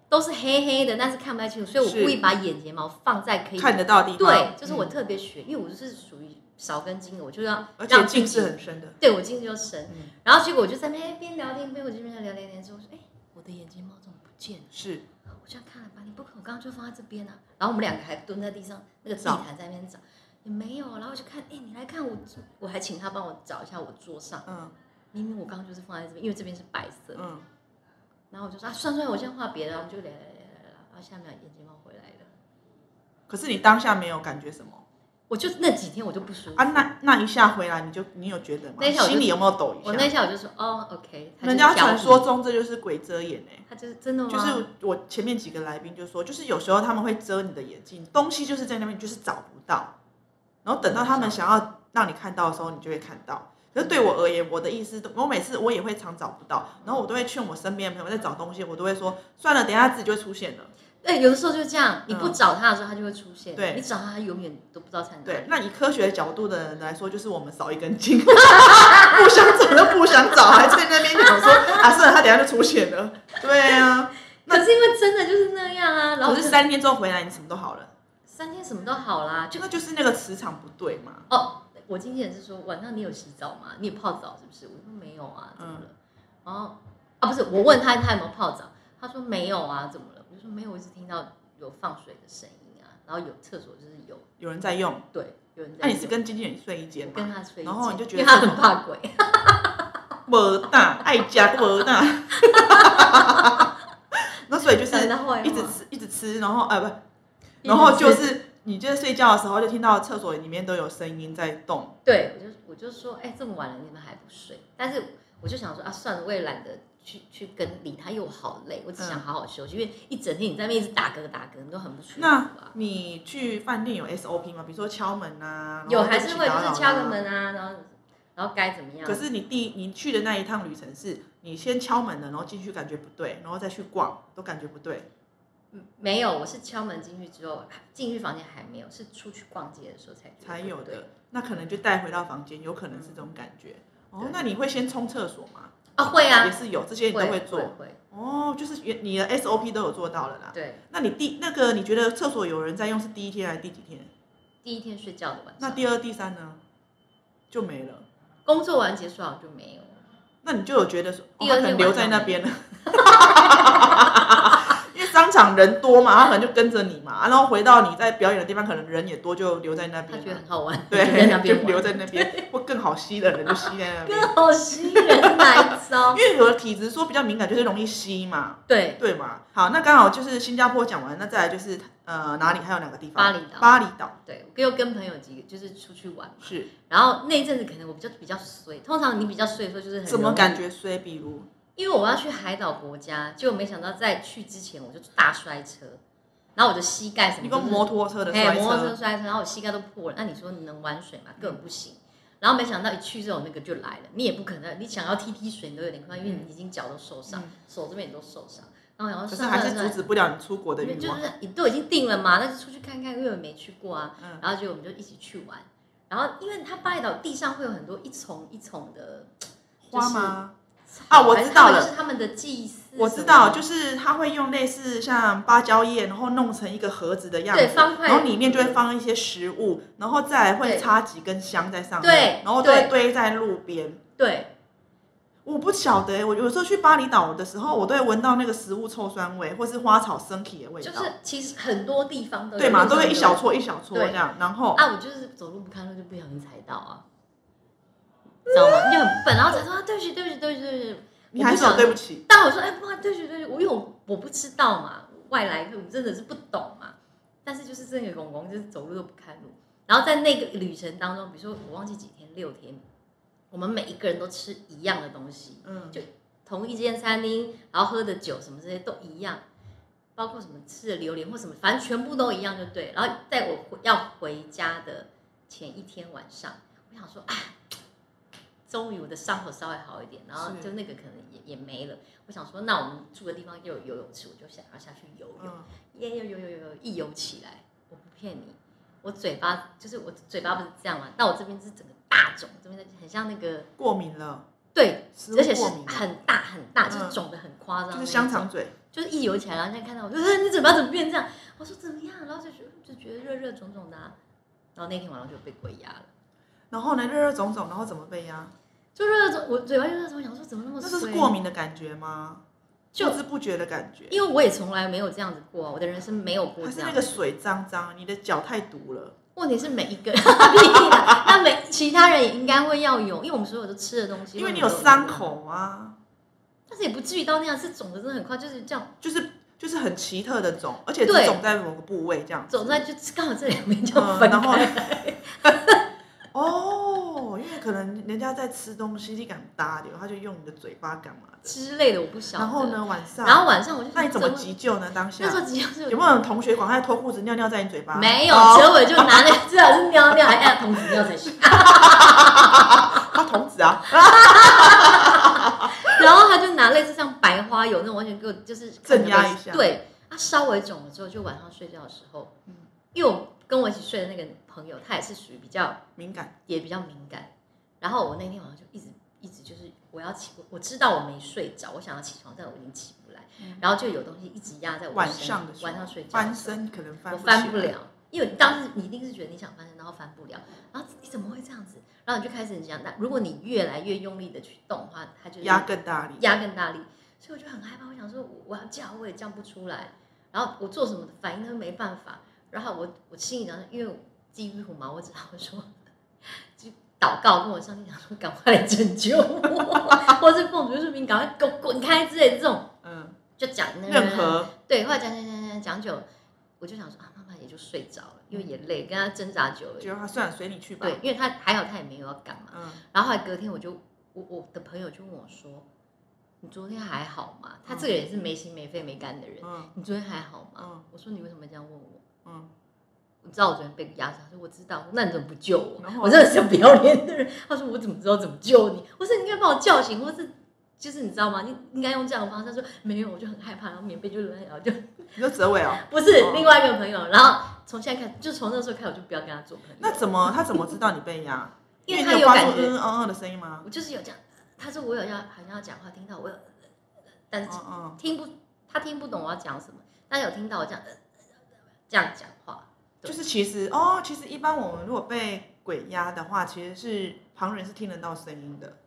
[SPEAKER 3] 都是黑黑的，但是看不太清楚，所以我
[SPEAKER 2] 是
[SPEAKER 3] 故意把眼睫毛放在可以
[SPEAKER 2] 看得到的地方。
[SPEAKER 3] 对，就是我
[SPEAKER 2] 嗯，
[SPEAKER 3] 特别学，因为我就是属于少根筋的，我就要
[SPEAKER 2] 而且
[SPEAKER 3] 让
[SPEAKER 2] 近
[SPEAKER 3] 自己
[SPEAKER 2] 视很深的。
[SPEAKER 3] 对我进去就深，
[SPEAKER 2] 嗯
[SPEAKER 3] 然后结果我就在那边哎边聊天边我这边聊聊天之后说，哎、我的眼睫毛怎么不见了？
[SPEAKER 2] 是，
[SPEAKER 3] 我这样看了半天，不可能，我刚刚就放在这边啊。然后我们两个还蹲在地上，那个地
[SPEAKER 2] 找
[SPEAKER 3] 毯在那边找，也没有。然后我就看，哎、你来看我，我还请他帮我找一下我桌上，
[SPEAKER 2] 嗯
[SPEAKER 3] 明明我刚刚就是放在这边，因为这边是白色的。
[SPEAKER 2] 嗯，
[SPEAKER 3] 然后我就说啊，算算，我先画别的，我们就聊聊聊聊聊。然后下面眼睫毛回来了，
[SPEAKER 2] 可是你当下没有感觉什么
[SPEAKER 3] 我就那几天我就不舒服。
[SPEAKER 2] 啊？那那一下回来，你就你有觉得吗？
[SPEAKER 3] 那一下我就
[SPEAKER 2] 心里有没有抖
[SPEAKER 3] 我
[SPEAKER 2] 一
[SPEAKER 3] 那
[SPEAKER 2] 下？
[SPEAKER 3] 下我就说，哦，OK，他
[SPEAKER 2] 人
[SPEAKER 3] 就是
[SPEAKER 2] 家
[SPEAKER 3] 调
[SPEAKER 2] 传
[SPEAKER 3] 皮
[SPEAKER 2] 说，中这就是鬼遮眼哎、
[SPEAKER 3] 他就是真的吗？
[SPEAKER 2] 就是我前面几个来宾就说，就是有时候他们会遮你的眼睛，东西就是在那边，你就是找不到。然后等到他们想要让你看到的时候，你就会看到。可是对我而言，我的意思都，我每次我也会常找不到，然后我都会劝我身边的朋友在找东西，我都会说算了，等一下自己就会出现了。
[SPEAKER 3] 对，有的时候就是这样，你不
[SPEAKER 2] 嗯
[SPEAKER 3] 找他的时候，他就会出现。
[SPEAKER 2] 对
[SPEAKER 3] 你找他，他永远都不知道在哪里。
[SPEAKER 2] 对，那以科学角度的人来说，就是我们少一根筋， 不想找就不想找，还在那边讲说啊，算了，他等一下就出现了。对啊，
[SPEAKER 3] 可是因为真的就是那样啊，然后
[SPEAKER 2] 可是三天之后回来，你什么都好了，
[SPEAKER 3] 三天什么都好啦，
[SPEAKER 2] 这个就是那个磁场不对嘛。
[SPEAKER 3] 哦，我经纪人是说晚上你有洗澡吗？你有泡澡是不是？我说没有啊，怎么
[SPEAKER 2] 嗯
[SPEAKER 3] 了？然后啊不是，我问他他有没有泡澡，他说没有啊，怎么了？我就说没有，我一直听到有放水的声音啊，然后有厕所就是有
[SPEAKER 2] 有人在用，
[SPEAKER 3] 对有人在
[SPEAKER 2] 那、
[SPEAKER 3] 用。
[SPEAKER 2] 你是跟经纪人睡一间
[SPEAKER 3] 我跟
[SPEAKER 2] 吗？
[SPEAKER 3] 他睡一间，
[SPEAKER 2] 然后你就觉得
[SPEAKER 3] 因为他很怕鬼，
[SPEAKER 2] 没大爱家没大，那所以 就是
[SPEAKER 3] 真的会
[SPEAKER 2] 一直
[SPEAKER 3] 哦
[SPEAKER 2] 吃一直吃，然后呃不，然后就
[SPEAKER 3] 一直吃
[SPEAKER 2] 是你就是睡觉的时候就听到厕所里面都有声音在动，
[SPEAKER 3] 对我就我就说，哎、这么晚了你们还不睡？但是我就想说啊，算了，我也懒得去去跟理他，因为我好累，我只
[SPEAKER 2] 嗯
[SPEAKER 3] 想好好休息，因为一整天你在那边一直打嗝打嗝，你都很不舒服
[SPEAKER 2] 那
[SPEAKER 3] 啊。
[SPEAKER 2] 你去饭店有 SOP 吗？比如说敲门啊，然后
[SPEAKER 3] 有还是会就
[SPEAKER 2] 跟
[SPEAKER 3] 是
[SPEAKER 2] 其他
[SPEAKER 3] 敲
[SPEAKER 2] 老
[SPEAKER 3] 个
[SPEAKER 2] 人啊。
[SPEAKER 3] 门啊，然后然后该怎么样？
[SPEAKER 2] 可是你第你去的那一趟旅程是，你先敲门了，然后进去感觉不对，然后再去逛都感觉不对。
[SPEAKER 3] 嗯没有，我是敲门进去之后，进去房间还没有，是出去逛街的时候才觉得
[SPEAKER 2] 才有
[SPEAKER 3] 对
[SPEAKER 2] 的，那可能就带回到房间，有可能是这种感觉。哦
[SPEAKER 3] 对，
[SPEAKER 2] 那你会先冲厕所吗？
[SPEAKER 3] 啊，会啊
[SPEAKER 2] 也，是有，这些你都会做。啊
[SPEAKER 3] 会
[SPEAKER 2] 哦，就是原你的 SOP 都有做到了啦。
[SPEAKER 3] 对。
[SPEAKER 2] 那你第那个你觉得厕所有人在用是第一天还是第几天？
[SPEAKER 3] 第一天睡觉的晚
[SPEAKER 2] 那
[SPEAKER 3] 上，
[SPEAKER 2] 第二、第三呢？就没了。
[SPEAKER 3] 工作完结束好像就没有了。
[SPEAKER 2] 那你就有觉得说，哦、
[SPEAKER 3] 第
[SPEAKER 2] 他
[SPEAKER 3] 二
[SPEAKER 2] 可
[SPEAKER 3] 天
[SPEAKER 2] 能留在那边了。因为商场人多嘛，他可能就跟着你嘛，然后回到你在表演的地方，可能人也多，就留在那
[SPEAKER 3] 他
[SPEAKER 2] 边
[SPEAKER 3] 觉得
[SPEAKER 2] 了。
[SPEAKER 3] 很好玩，
[SPEAKER 2] 对
[SPEAKER 3] 就在那，边
[SPEAKER 2] 就
[SPEAKER 3] 玩
[SPEAKER 2] 留在那边，或更好吸的人就吸在那边。
[SPEAKER 3] 更好吸引人哪一招
[SPEAKER 2] 因？为有的体质说比较敏感，就是容易吸嘛，
[SPEAKER 3] 对，
[SPEAKER 2] 对嘛？好，那刚好就是新加坡讲完，那再来就是呃哪里还有哪个地方？
[SPEAKER 3] 巴厘岛
[SPEAKER 2] 巴厘岛
[SPEAKER 3] 对，我又跟朋友几个就是出去玩嘛，
[SPEAKER 2] 是
[SPEAKER 3] 然后那一阵子可能我比较比较衰，通常你比较衰的时候就是很
[SPEAKER 2] 怎么
[SPEAKER 3] 容易
[SPEAKER 2] 感？觉衰？比如
[SPEAKER 3] 因为我要去海岛国家，结果没想到在去之前我就大摔车，然后我的膝盖什么
[SPEAKER 2] 你
[SPEAKER 3] 都
[SPEAKER 2] 跟
[SPEAKER 3] 是
[SPEAKER 2] 摩托车的嗯
[SPEAKER 3] 哎，
[SPEAKER 2] 摔
[SPEAKER 3] 摩托车
[SPEAKER 2] 车，
[SPEAKER 3] 摔车，然后我膝盖都破了。那你说你能玩水吗？根本不行。然后没想到一去之后那个就来了，你也不可能，你想要踢踢水你都有点困难，因为你已经脚都受伤，
[SPEAKER 2] 嗯
[SPEAKER 3] 手这边也都受伤。然后然后
[SPEAKER 2] 可是
[SPEAKER 3] 算
[SPEAKER 2] 还
[SPEAKER 3] 了
[SPEAKER 2] 是
[SPEAKER 3] 算
[SPEAKER 2] 阻
[SPEAKER 3] 了，
[SPEAKER 2] 止不了你出国的
[SPEAKER 3] 因为
[SPEAKER 2] 欲
[SPEAKER 3] 就
[SPEAKER 2] 望。
[SPEAKER 3] 是你都已经定了嘛，那就出去看看，因为我没去过啊。
[SPEAKER 2] 嗯，
[SPEAKER 3] 然后就我们就一起去玩。然后因为它巴厘岛地上会有很多一丛一丛的
[SPEAKER 2] 花吗？
[SPEAKER 3] 草
[SPEAKER 2] 啊我
[SPEAKER 3] 哦还是
[SPEAKER 2] 知道
[SPEAKER 3] 他们
[SPEAKER 2] 了
[SPEAKER 3] 就是他们的祭祀什么的，
[SPEAKER 2] 我知道，就是他会用类似像芭蕉叶，然后弄成一个盒子的样
[SPEAKER 3] 对
[SPEAKER 2] 子，
[SPEAKER 3] 方块，
[SPEAKER 2] 然后里面就会放一些食物，然后再来会
[SPEAKER 3] 对
[SPEAKER 2] 插几根香在上面
[SPEAKER 3] 对，
[SPEAKER 2] 然后都会
[SPEAKER 3] 对
[SPEAKER 2] 堆在路边。
[SPEAKER 3] 对
[SPEAKER 2] 我不晓得欸、我有时候去巴厘岛的时候，我都会闻到那个食物臭酸味，或是花草生体的味
[SPEAKER 3] 就
[SPEAKER 2] 道，
[SPEAKER 3] 是其实很多地方都有
[SPEAKER 2] 对嘛？
[SPEAKER 3] 路上
[SPEAKER 2] 都会一
[SPEAKER 3] 有
[SPEAKER 2] 小撮一小撮
[SPEAKER 3] 对
[SPEAKER 2] 这样，然后、
[SPEAKER 3] 啊，我就是走路不看路就不小心踩到啊，知道吗？就很笨，然后才说、啊、对不起，对不起，对不起，对不起。
[SPEAKER 2] 你还是有对不起，
[SPEAKER 3] 但我说哎，不好意思，对不起，对不起，我因为我我不知道嘛，外来我真的是不懂嘛。但是就是这个公公就是走路都不看路，然后在那个旅程当中，比如说我忘记几天，六天，我们每一个人都吃一样的东西，
[SPEAKER 2] 嗯，
[SPEAKER 3] 就同一间餐厅，然后喝的酒什么这些都一样，包括什么吃的榴莲或什么，反正全部都一样就对。然后在我回要回家的前一天晚上，我想说啊，终于我的伤口稍微好一点，然后
[SPEAKER 2] 是
[SPEAKER 3] 就那个可能也也没了。我想说，那我们住的地方又有游泳池，我就想要下去游泳。
[SPEAKER 2] 嗯，
[SPEAKER 3] 耶有有有有有一游起来，我不骗你，我嘴巴就是我嘴巴不是这样嘛，但我这边是整个大肿，这边很像那个
[SPEAKER 2] 过敏了，
[SPEAKER 3] 对
[SPEAKER 2] 食物
[SPEAKER 3] 而且是
[SPEAKER 2] 过敏了，
[SPEAKER 3] 很大很大，
[SPEAKER 2] 嗯
[SPEAKER 3] 就是肿的很夸张，
[SPEAKER 2] 就是香，肠嘴，
[SPEAKER 3] 就是一游起来，然后现在看到我就说哎你嘴巴怎么变这样？我说怎么样？然后就觉得就觉得热热肿肿的、啊，然后那天晚上就被鬼压了，
[SPEAKER 2] 然后呢热热肿肿，然后怎么被压？
[SPEAKER 3] 就热热肿，我嘴巴就热肿，想说怎么那么
[SPEAKER 2] 那
[SPEAKER 3] 衰
[SPEAKER 2] 这是过，敏的感觉吗？
[SPEAKER 3] 就
[SPEAKER 2] 不知不觉的感觉，
[SPEAKER 3] 因为我也从来没有这样子过啊，我的人生没有过
[SPEAKER 2] 还
[SPEAKER 3] 这
[SPEAKER 2] 是
[SPEAKER 3] 样
[SPEAKER 2] 那
[SPEAKER 3] 子。
[SPEAKER 2] 个水脏脏，你的脚太毒了，
[SPEAKER 3] 问题是每一个人，屁啦那每其他人也应该会要有，因为我们所有都吃的东西，
[SPEAKER 2] 因为你有伤，口啊，
[SPEAKER 3] 但是也不至于到那样，是肿的真的很快，就是这样
[SPEAKER 2] 就是就是很奇特的肿，而且是
[SPEAKER 3] 对
[SPEAKER 2] 肿在某个部位这样子，
[SPEAKER 3] 肿在就 刚好这两边就
[SPEAKER 2] 嗯，
[SPEAKER 3] 分
[SPEAKER 2] 然后
[SPEAKER 3] 开。
[SPEAKER 2] 哦，因为可能人家在吃东西，你敢搭的，他就用你的嘴巴干嘛的。
[SPEAKER 3] 之类的，我不晓得。
[SPEAKER 2] 然后？呢，晚上，
[SPEAKER 3] 然后晚上我就
[SPEAKER 2] 那你怎么
[SPEAKER 3] 急？
[SPEAKER 2] 急救呢？当下
[SPEAKER 3] 那时候急救是
[SPEAKER 2] 有没有同学赶快脱裤子尿尿在你嘴巴？
[SPEAKER 3] 没有，
[SPEAKER 2] 哦
[SPEAKER 3] 结尾就拿 那最好是尿尿，哎还要童子尿才行。
[SPEAKER 2] 他童子啊，
[SPEAKER 3] 然后他就拿类似像白花油那种，完全给我就是
[SPEAKER 2] 镇压一下
[SPEAKER 3] 对，他稍微肿了之后，就晚上睡觉的时候
[SPEAKER 2] 嗯，
[SPEAKER 3] 因为我跟我一起睡的那个朋友，他也是属于比较
[SPEAKER 2] 敏感，
[SPEAKER 3] 也比较敏感。然后我那天晚上就一直一直就是我要起，我我知道我没睡着，我想要起床，但我已经起不来。
[SPEAKER 2] 嗯
[SPEAKER 3] 然后就有东西一直压在我
[SPEAKER 2] 晚
[SPEAKER 3] 身体
[SPEAKER 2] 上的时候
[SPEAKER 3] 晚上睡觉的时候
[SPEAKER 2] 翻身可能翻
[SPEAKER 3] 我
[SPEAKER 2] 起
[SPEAKER 3] 翻不
[SPEAKER 2] 来，
[SPEAKER 3] 了，因为当时你一定是觉得你想翻身，然后翻不了，然后你怎么会这样子？然后你就开始想，那如果你越来越用力的去动的话，它就是
[SPEAKER 2] 压更大力，嗯
[SPEAKER 3] 压更大力，所以我就很害怕，我想说我我要叫我也叫不出来，然后我做什么反应都没办法，然后我我心里想说，因为我基督徒嘛，我只好说就祷告跟我上帝讲说，赶快来拯救我， 或是奉主之名赶快给我滚开之类的这种，
[SPEAKER 2] 嗯，
[SPEAKER 3] 就讲那
[SPEAKER 2] 任何
[SPEAKER 3] 对，后来讲讲讲讲讲久，我就想说啊，慢慢也就睡着了，因为也累，跟他挣扎久了。
[SPEAKER 2] 觉得他算了，随你去吧
[SPEAKER 3] 对，，因为他还好，他也没有要干嘛。
[SPEAKER 2] 嗯，
[SPEAKER 3] 然后后来隔天，我就我我的朋友就问我说：“你昨天还好吗？”他这个人是没心没肺没肝的人。
[SPEAKER 2] 嗯
[SPEAKER 3] 你昨天还好吗？
[SPEAKER 2] 嗯
[SPEAKER 3] 我说你为什么这样问我？
[SPEAKER 2] 嗯，你
[SPEAKER 3] 你知道我昨天被压伤，他说我知道，那你怎么不救我
[SPEAKER 2] 然后？
[SPEAKER 3] 我真的是不要脸的人。他说我怎么知道怎么救你？我说你应该把我叫醒，或是就是你知道吗？你应该用这样的方式。他说没有，我就很害怕，然后棉被就扔在，然后就
[SPEAKER 2] 说泽伟哦，
[SPEAKER 3] 不是
[SPEAKER 2] 哦
[SPEAKER 3] 另外一个朋友，然后从现在开始，就从那时候开始，我就不要跟他做朋友。
[SPEAKER 2] 那怎么他怎么知道你被压？
[SPEAKER 3] 因为
[SPEAKER 2] 你
[SPEAKER 3] 他有
[SPEAKER 2] 发出
[SPEAKER 3] 感觉，
[SPEAKER 2] 嗯嗯嗯的声音吗？
[SPEAKER 3] 我就是有这样，他说我有要好像要讲话，听到我有，呃但是
[SPEAKER 2] 嗯嗯，
[SPEAKER 3] 听不他听不懂我要讲什么，但有听到我这样呃这样讲话，对
[SPEAKER 2] 就是其实哦，其实一般我们如果被鬼压的话，其实是旁人是听得到声音的。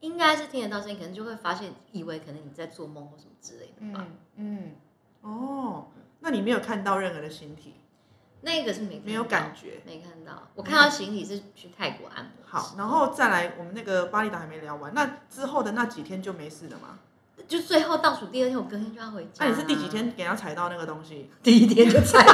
[SPEAKER 3] 应该是听得到声音，可能就会发现以为可能你在做梦或什么之类的吧。
[SPEAKER 2] 嗯嗯，哦，那你没有看到任何的形体，
[SPEAKER 3] 那个是没看到
[SPEAKER 2] 没有感觉。
[SPEAKER 3] 没看到，我看到行李是去泰国按摩。
[SPEAKER 2] 好，，然后再来，我们那个巴厘岛还没聊完，那之后的那几天就没事了吗？
[SPEAKER 3] 啊就最后倒数第二天，我隔天就要回家。
[SPEAKER 2] 那、啊你是第几？天给人家踩到那个东西？
[SPEAKER 3] 第一天就踩。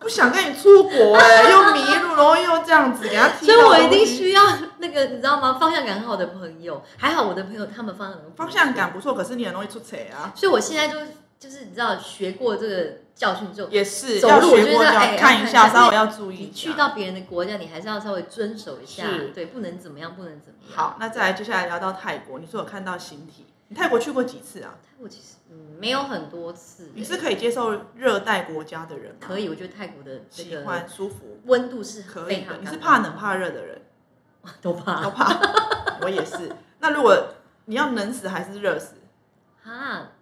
[SPEAKER 2] 不想跟你出国哎、又迷路，然后又这样子给他踢
[SPEAKER 3] 所
[SPEAKER 2] 到
[SPEAKER 3] 以我一
[SPEAKER 2] 东
[SPEAKER 3] 定
[SPEAKER 2] 西
[SPEAKER 3] 需要那个，你知道吗？方向感很好的朋友，还好我的朋友他们方向感不错
[SPEAKER 2] 方向，感不错，可是你很容易出彩啊。
[SPEAKER 3] 所以我现在就就是你知道学过这个教训之后，
[SPEAKER 2] 也是
[SPEAKER 3] 走
[SPEAKER 2] 要
[SPEAKER 3] 路我
[SPEAKER 2] 学
[SPEAKER 3] 觉
[SPEAKER 2] 过
[SPEAKER 3] 得
[SPEAKER 2] 这
[SPEAKER 3] 哎
[SPEAKER 2] 样，看一
[SPEAKER 3] 要
[SPEAKER 2] 下，
[SPEAKER 3] 看一下
[SPEAKER 2] 稍微要注意
[SPEAKER 3] 你
[SPEAKER 2] 一
[SPEAKER 3] 去
[SPEAKER 2] 下。
[SPEAKER 3] 到别人的国家，你还是要稍微遵守一下
[SPEAKER 2] 是，
[SPEAKER 3] 对，不能怎么样，不能怎么样。，
[SPEAKER 2] 好，那再来，接下来聊到泰国，你说有看到形体，你泰国去过几次啊？
[SPEAKER 3] 泰国其实嗯没有很多次、
[SPEAKER 2] 你是可以接受热带国家的人吗？
[SPEAKER 3] 可以，我觉得泰国的这
[SPEAKER 2] 喜
[SPEAKER 3] 个
[SPEAKER 2] 欢舒服，
[SPEAKER 3] 温度是
[SPEAKER 2] 可
[SPEAKER 3] 非
[SPEAKER 2] 以
[SPEAKER 3] 常
[SPEAKER 2] 的。
[SPEAKER 3] 高
[SPEAKER 2] 你是怕冷怕热的人，
[SPEAKER 3] 都怕
[SPEAKER 2] 都怕。 我也是。那如果你要冷死还是热死，
[SPEAKER 3] 啊，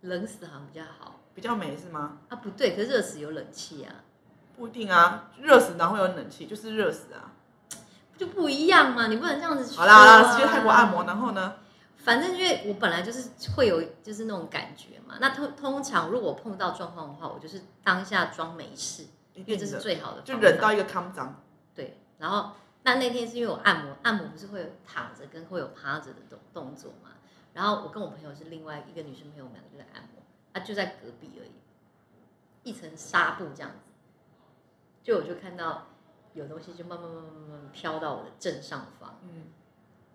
[SPEAKER 3] 冷死好像比较好
[SPEAKER 2] 比较美是吗？
[SPEAKER 3] 啊，不对，可是热死有冷气啊，
[SPEAKER 2] 不一定啊，热死然后有冷气，就是热死啊。
[SPEAKER 3] 就不一样嘛，你不能这样子、啊。
[SPEAKER 2] 好啦好啦，去泰国按摩，然后呢？
[SPEAKER 3] 反正因为我本来就是会有就是那种感觉嘛，那通通常如果碰到状况的话，我就是当下装没事，
[SPEAKER 2] 一
[SPEAKER 3] 因为
[SPEAKER 2] 定
[SPEAKER 3] 这是
[SPEAKER 2] 的，
[SPEAKER 3] 最好的
[SPEAKER 2] 就
[SPEAKER 3] 方法
[SPEAKER 2] 忍到一个康张。
[SPEAKER 3] 对。然后那那天是因为我按摩，按摩不是会有躺着跟会有趴着的动动作嘛，然后我跟我朋友是另外一个女生朋友，我们两个就在按摩，啊就在隔壁而已，一层纱布这样子，就我就看到有东西就慢慢慢慢慢慢飘到我的正上方，
[SPEAKER 2] 嗯，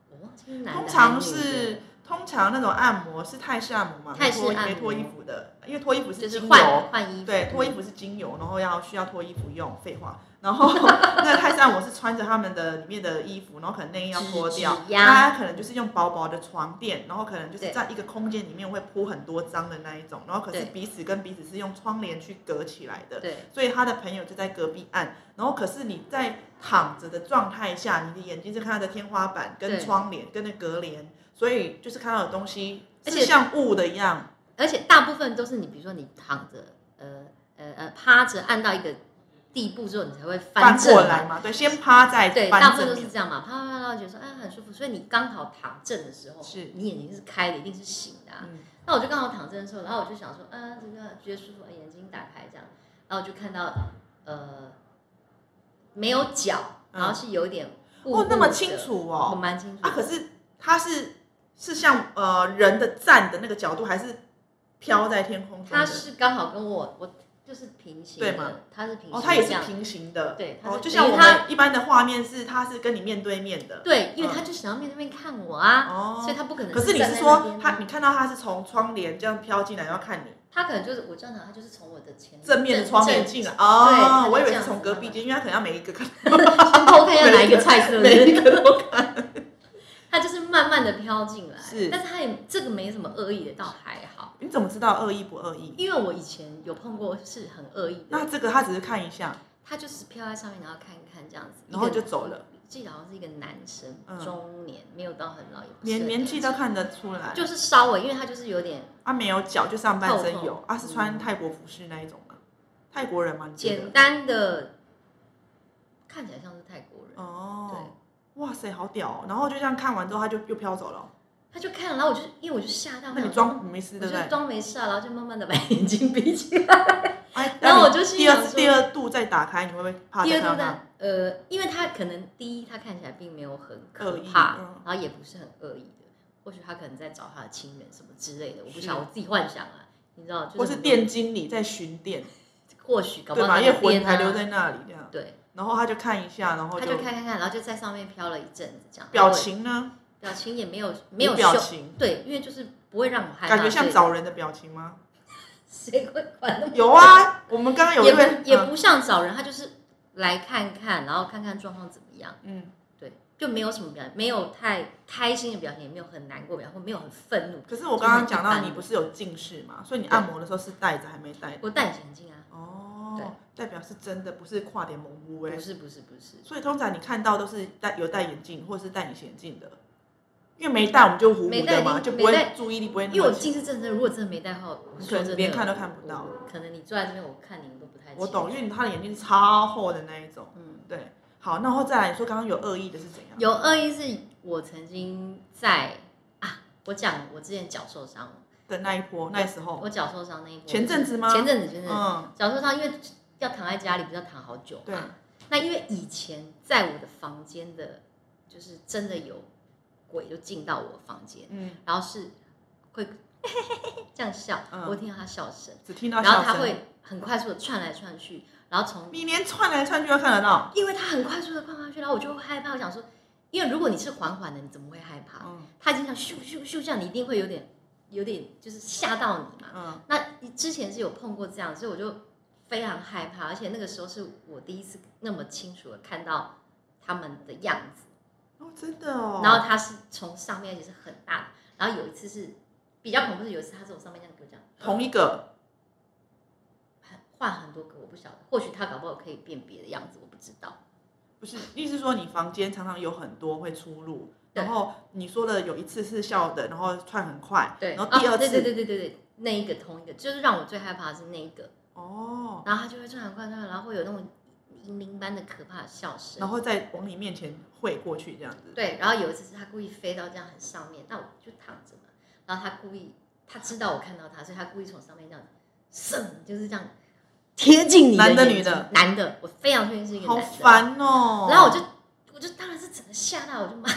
[SPEAKER 3] 我忘记是男的
[SPEAKER 2] 通
[SPEAKER 3] 还
[SPEAKER 2] 常
[SPEAKER 3] 女的
[SPEAKER 2] 是通常那种按摩是泰式按摩嘛，
[SPEAKER 3] 泰
[SPEAKER 2] 没
[SPEAKER 3] 式
[SPEAKER 2] 脱
[SPEAKER 3] 按摩
[SPEAKER 2] 没脱衣服的，因为脱衣服
[SPEAKER 3] 就是是
[SPEAKER 2] 精
[SPEAKER 3] 换
[SPEAKER 2] 油，
[SPEAKER 3] 换衣服，
[SPEAKER 2] 对，脱衣服是精油，然后要需要脱衣服用，废话。 然后那泰式按摩是穿着他们的里面的衣服，然后可能内衣要脱掉
[SPEAKER 3] 指，指压
[SPEAKER 2] 那他可能就是用薄薄的床垫，然后可能就是
[SPEAKER 3] 对
[SPEAKER 2] 在一个空间里面会铺很多张的那一种，然后可是
[SPEAKER 3] 对
[SPEAKER 2] 彼此跟彼此是用窗帘去隔起来的，
[SPEAKER 3] 对，
[SPEAKER 2] 所以他的朋友就在隔壁按，然后可是你在躺着的状态下，你的眼睛是看他的天花板、
[SPEAKER 3] 对
[SPEAKER 2] 跟窗帘、跟那隔帘，所以就是看到的东西
[SPEAKER 3] 而
[SPEAKER 2] 是
[SPEAKER 3] 且
[SPEAKER 2] 像雾的一样，
[SPEAKER 3] 而且大部分都是你，比如说你躺着，呃呃呃，趴着按到一个地步之后，你才会
[SPEAKER 2] 翻
[SPEAKER 3] 正
[SPEAKER 2] 过
[SPEAKER 3] 嘛
[SPEAKER 2] 来。嘛，对，先趴在
[SPEAKER 3] 对，大
[SPEAKER 2] 翻
[SPEAKER 3] 部分
[SPEAKER 2] 正
[SPEAKER 3] 都
[SPEAKER 2] 面
[SPEAKER 3] 是，这样嘛，趴趴趴，觉得说哎很舒服，所以你刚好躺正的时候，
[SPEAKER 2] 是
[SPEAKER 3] 你眼睛是开的，一定是醒的、啊。
[SPEAKER 2] 嗯，
[SPEAKER 3] 那我就刚好躺正的时候，然后我就想说，啊，这个觉得舒服，眼睛打开这样，然后就看到呃没有脚，
[SPEAKER 2] 嗯
[SPEAKER 3] 然后是有一点雾雾
[SPEAKER 2] 哦，那么
[SPEAKER 3] 的
[SPEAKER 2] 清，楚
[SPEAKER 3] 我
[SPEAKER 2] 哦，
[SPEAKER 3] 蛮清楚的。
[SPEAKER 2] 啊，可是它是是像呃人的站的那个角度，还是飘在天空中的？
[SPEAKER 3] 他是刚好跟我我就是平行
[SPEAKER 2] 对吗
[SPEAKER 3] 的，他是平行的
[SPEAKER 2] 哦，它也
[SPEAKER 3] 这
[SPEAKER 2] 是
[SPEAKER 3] 样
[SPEAKER 2] 平行的，
[SPEAKER 3] 对它是
[SPEAKER 2] 哦，就像我
[SPEAKER 3] 等于
[SPEAKER 2] 们一般的画面是，它是跟你面对面的，
[SPEAKER 3] 对，因为
[SPEAKER 2] 嗯
[SPEAKER 3] 他就想要面对面看我啊，
[SPEAKER 2] 哦，
[SPEAKER 3] 所以他不可能。
[SPEAKER 2] 可是你是说他，你看到他是从窗帘这样飘进来，然后看你
[SPEAKER 3] 他可能就是我这样讲，他就是从我的前
[SPEAKER 2] 正面的窗帘
[SPEAKER 3] 正
[SPEAKER 2] 进来
[SPEAKER 3] 对他
[SPEAKER 2] 哦，
[SPEAKER 3] 就
[SPEAKER 2] 我以为是
[SPEAKER 3] 这样
[SPEAKER 2] 从
[SPEAKER 3] 子
[SPEAKER 2] 隔
[SPEAKER 3] 慢
[SPEAKER 2] 壁
[SPEAKER 3] 慢
[SPEAKER 2] 间，因为他可能要每一个看，
[SPEAKER 3] 先偷看一下哪一个菜色，
[SPEAKER 2] 每一
[SPEAKER 3] 个都看。 他就是慢慢的飘进来，
[SPEAKER 2] 是
[SPEAKER 3] 但是他也这个没什么恶意的，倒还好，
[SPEAKER 2] 你怎么知道恶意不恶意？
[SPEAKER 3] 因为我以前有碰过是很恶意
[SPEAKER 2] 那
[SPEAKER 3] 的，
[SPEAKER 2] 这个他只是看一下，
[SPEAKER 3] 他就是飘在上面，然后看一看这样子，
[SPEAKER 2] 然后
[SPEAKER 3] 一个
[SPEAKER 2] 就走了。
[SPEAKER 3] 记得好像是一个男生，
[SPEAKER 2] 嗯
[SPEAKER 3] 中年，没有到很老，也不是
[SPEAKER 2] 年
[SPEAKER 3] 很
[SPEAKER 2] 年
[SPEAKER 3] 年
[SPEAKER 2] 纪
[SPEAKER 3] 轻
[SPEAKER 2] 都看得出来，
[SPEAKER 3] 就是稍微，因为他就是有点
[SPEAKER 2] 他啊没有脚，就上半身
[SPEAKER 3] 透
[SPEAKER 2] 有
[SPEAKER 3] 透，
[SPEAKER 2] 啊是穿泰国服饰那一种吗？泰国人吗？你觉
[SPEAKER 3] 简
[SPEAKER 2] 得？
[SPEAKER 3] 单的，看起来像是泰国人。
[SPEAKER 2] 哦，哇塞，好屌！哦！然后就这样看完之后，他就又飘走了哦。
[SPEAKER 3] 他就看了，然后我就因为我就吓到，
[SPEAKER 2] 那你
[SPEAKER 3] 我想说
[SPEAKER 2] 装没事
[SPEAKER 3] 嗯我
[SPEAKER 2] 对不
[SPEAKER 3] 就
[SPEAKER 2] 对？
[SPEAKER 3] 装没事啊，然后就慢慢的把眼睛闭起 来。
[SPEAKER 2] 哎，
[SPEAKER 3] 然后
[SPEAKER 2] 那
[SPEAKER 3] 我
[SPEAKER 2] 你
[SPEAKER 3] 就心
[SPEAKER 2] 第二
[SPEAKER 3] 想
[SPEAKER 2] 次
[SPEAKER 3] 说
[SPEAKER 2] 第二度再打开，你会不会怕
[SPEAKER 3] 第
[SPEAKER 2] 再
[SPEAKER 3] 二
[SPEAKER 2] 看到
[SPEAKER 3] 度
[SPEAKER 2] 他？
[SPEAKER 3] 呢，呃，因为他可能第一他看起来并没有很可
[SPEAKER 2] 恶意
[SPEAKER 3] 怕
[SPEAKER 2] 嗯，
[SPEAKER 3] 然后也不是很恶意的，或许他可能在找他的亲人什么之类的，我不
[SPEAKER 2] 是
[SPEAKER 3] 晓得，我自己幻想啊，你知道，就
[SPEAKER 2] 或
[SPEAKER 3] 是
[SPEAKER 2] 是
[SPEAKER 3] 很多，
[SPEAKER 2] 店经理在巡店，
[SPEAKER 3] 或许搞不
[SPEAKER 2] 对吧？
[SPEAKER 3] 好他
[SPEAKER 2] 因为
[SPEAKER 3] 在
[SPEAKER 2] 魂
[SPEAKER 3] 编
[SPEAKER 2] 还留
[SPEAKER 3] 啊，
[SPEAKER 2] 在那里这样。
[SPEAKER 3] 对，
[SPEAKER 2] 然后他就看一下，然后
[SPEAKER 3] 他就看看看，然后就在上面飘了一阵子，这样
[SPEAKER 2] 表
[SPEAKER 3] 然后
[SPEAKER 2] 情呢，
[SPEAKER 3] 我表情也没有没有啊
[SPEAKER 2] 无表
[SPEAKER 3] 羞
[SPEAKER 2] 情，
[SPEAKER 3] 对，因为就是不会让我害怕，
[SPEAKER 2] 感觉像
[SPEAKER 3] 所以
[SPEAKER 2] 找人的表情吗？
[SPEAKER 3] 谁会管那么
[SPEAKER 2] 有啊，我们刚刚有
[SPEAKER 3] 也
[SPEAKER 2] 一
[SPEAKER 3] 不
[SPEAKER 2] 位，
[SPEAKER 3] 也
[SPEAKER 2] 嗯
[SPEAKER 3] 不像找人，他就是来看看，然后看看状况怎么样。
[SPEAKER 2] 嗯，
[SPEAKER 3] 对，就没有什么表现，没有太开心的表现，也没有很难过的表现，或没有很愤怒。
[SPEAKER 2] 可是我刚刚讲
[SPEAKER 3] 就
[SPEAKER 2] 到
[SPEAKER 3] 很一般
[SPEAKER 2] 你不是有近视嘛，所以你按摩的时候是戴着还没戴？
[SPEAKER 3] 我戴隐形眼镜啊，
[SPEAKER 2] 哦，代表是真的，不是跨点模糊哎
[SPEAKER 3] 不。是不是不是，
[SPEAKER 2] 所以通常你看到都是戴有戴眼镜或者是戴隐形眼镜的，因为没戴我们就糊糊
[SPEAKER 3] 没戴
[SPEAKER 2] 的嘛，
[SPEAKER 3] 你
[SPEAKER 2] 就不
[SPEAKER 3] 没戴
[SPEAKER 2] 会注意力不会那么
[SPEAKER 3] 因为我
[SPEAKER 2] 强
[SPEAKER 3] 近视真的，如果真的没戴的话，我
[SPEAKER 2] 你
[SPEAKER 3] 说
[SPEAKER 2] 可
[SPEAKER 3] 真的
[SPEAKER 2] 能连看都看不到。
[SPEAKER 3] 我可能你坐在这边，我看你们都不太清楚
[SPEAKER 2] 我懂，因为他的眼睛是超厚的那一种。
[SPEAKER 3] 嗯，
[SPEAKER 2] 对，好，那然后再来，你说刚刚有恶意的是怎样？
[SPEAKER 3] 有恶意是我曾经在啊，我讲我之前脚受伤了，
[SPEAKER 2] 的那一波，那时候，
[SPEAKER 3] 我脚受伤那一波，
[SPEAKER 2] 前阵子吗
[SPEAKER 3] 前阵子，哦前阵子，
[SPEAKER 2] 嗯，
[SPEAKER 3] 脚受伤，因为要躺在家里，不是要躺好久
[SPEAKER 2] 对
[SPEAKER 3] 嘛。那因为以前在我的房间的，就是真的有鬼就进到我房间，
[SPEAKER 2] 嗯，
[SPEAKER 3] 然后是会这样笑，
[SPEAKER 2] 嗯
[SPEAKER 3] 我会听到他笑声，
[SPEAKER 2] 只听到
[SPEAKER 3] 然后
[SPEAKER 2] 笑
[SPEAKER 3] 他
[SPEAKER 2] 声，
[SPEAKER 3] 会很快速的窜来窜去，然后从
[SPEAKER 2] 你连窜来窜去都看得到，
[SPEAKER 3] 因为他很快速的逛上去，然后我就会害怕，我想说，因为如果你是缓缓的，你怎么会害怕？
[SPEAKER 2] 嗯
[SPEAKER 3] 他已经像咻咻咻这样，你一定会有点有点就是吓到你嘛。
[SPEAKER 2] 嗯，
[SPEAKER 3] 那之前是有碰过这样，所以我就非常害怕，而且那个时候是我第一次那么清楚的看到他们的样子。
[SPEAKER 2] 哦，真的哦，
[SPEAKER 3] 然后他是从上面也是很大的，然后有一次是比较恐怖，是有一次他从上面这样给我讲，
[SPEAKER 2] 同一个，
[SPEAKER 3] 换很多个，我不晓得，或许他搞不好可以辨别的样子，我不知道。
[SPEAKER 2] 不是，意思是说你房间常常有很多会出入，
[SPEAKER 3] 对
[SPEAKER 2] 然后你说的有一次是笑的，然后窜很快，
[SPEAKER 3] 对，
[SPEAKER 2] 然后第二
[SPEAKER 3] 啊、对对
[SPEAKER 2] 次，
[SPEAKER 3] 对对对对，那一个同一个，就是让我最害怕的是那一个，
[SPEAKER 2] 哦，
[SPEAKER 3] 然后他就会转很快转，然后会有那种银铃般的可怕的笑声，
[SPEAKER 2] 然后再往你面前汇过去这样子，
[SPEAKER 3] 对，然后有一次是他故意飞到这样很上面，那我就躺着嘛，然后他故意，他知道我看到他，所以他故意从上面这样，蹭，就是这样贴近你
[SPEAKER 2] 男的
[SPEAKER 3] 眼
[SPEAKER 2] 女
[SPEAKER 3] 睛
[SPEAKER 2] 的，
[SPEAKER 3] 男的，我非常确定是一个
[SPEAKER 2] 好
[SPEAKER 3] 男的，
[SPEAKER 2] 烦哦，
[SPEAKER 3] 然后我就我就当然是整个吓到，我就骂，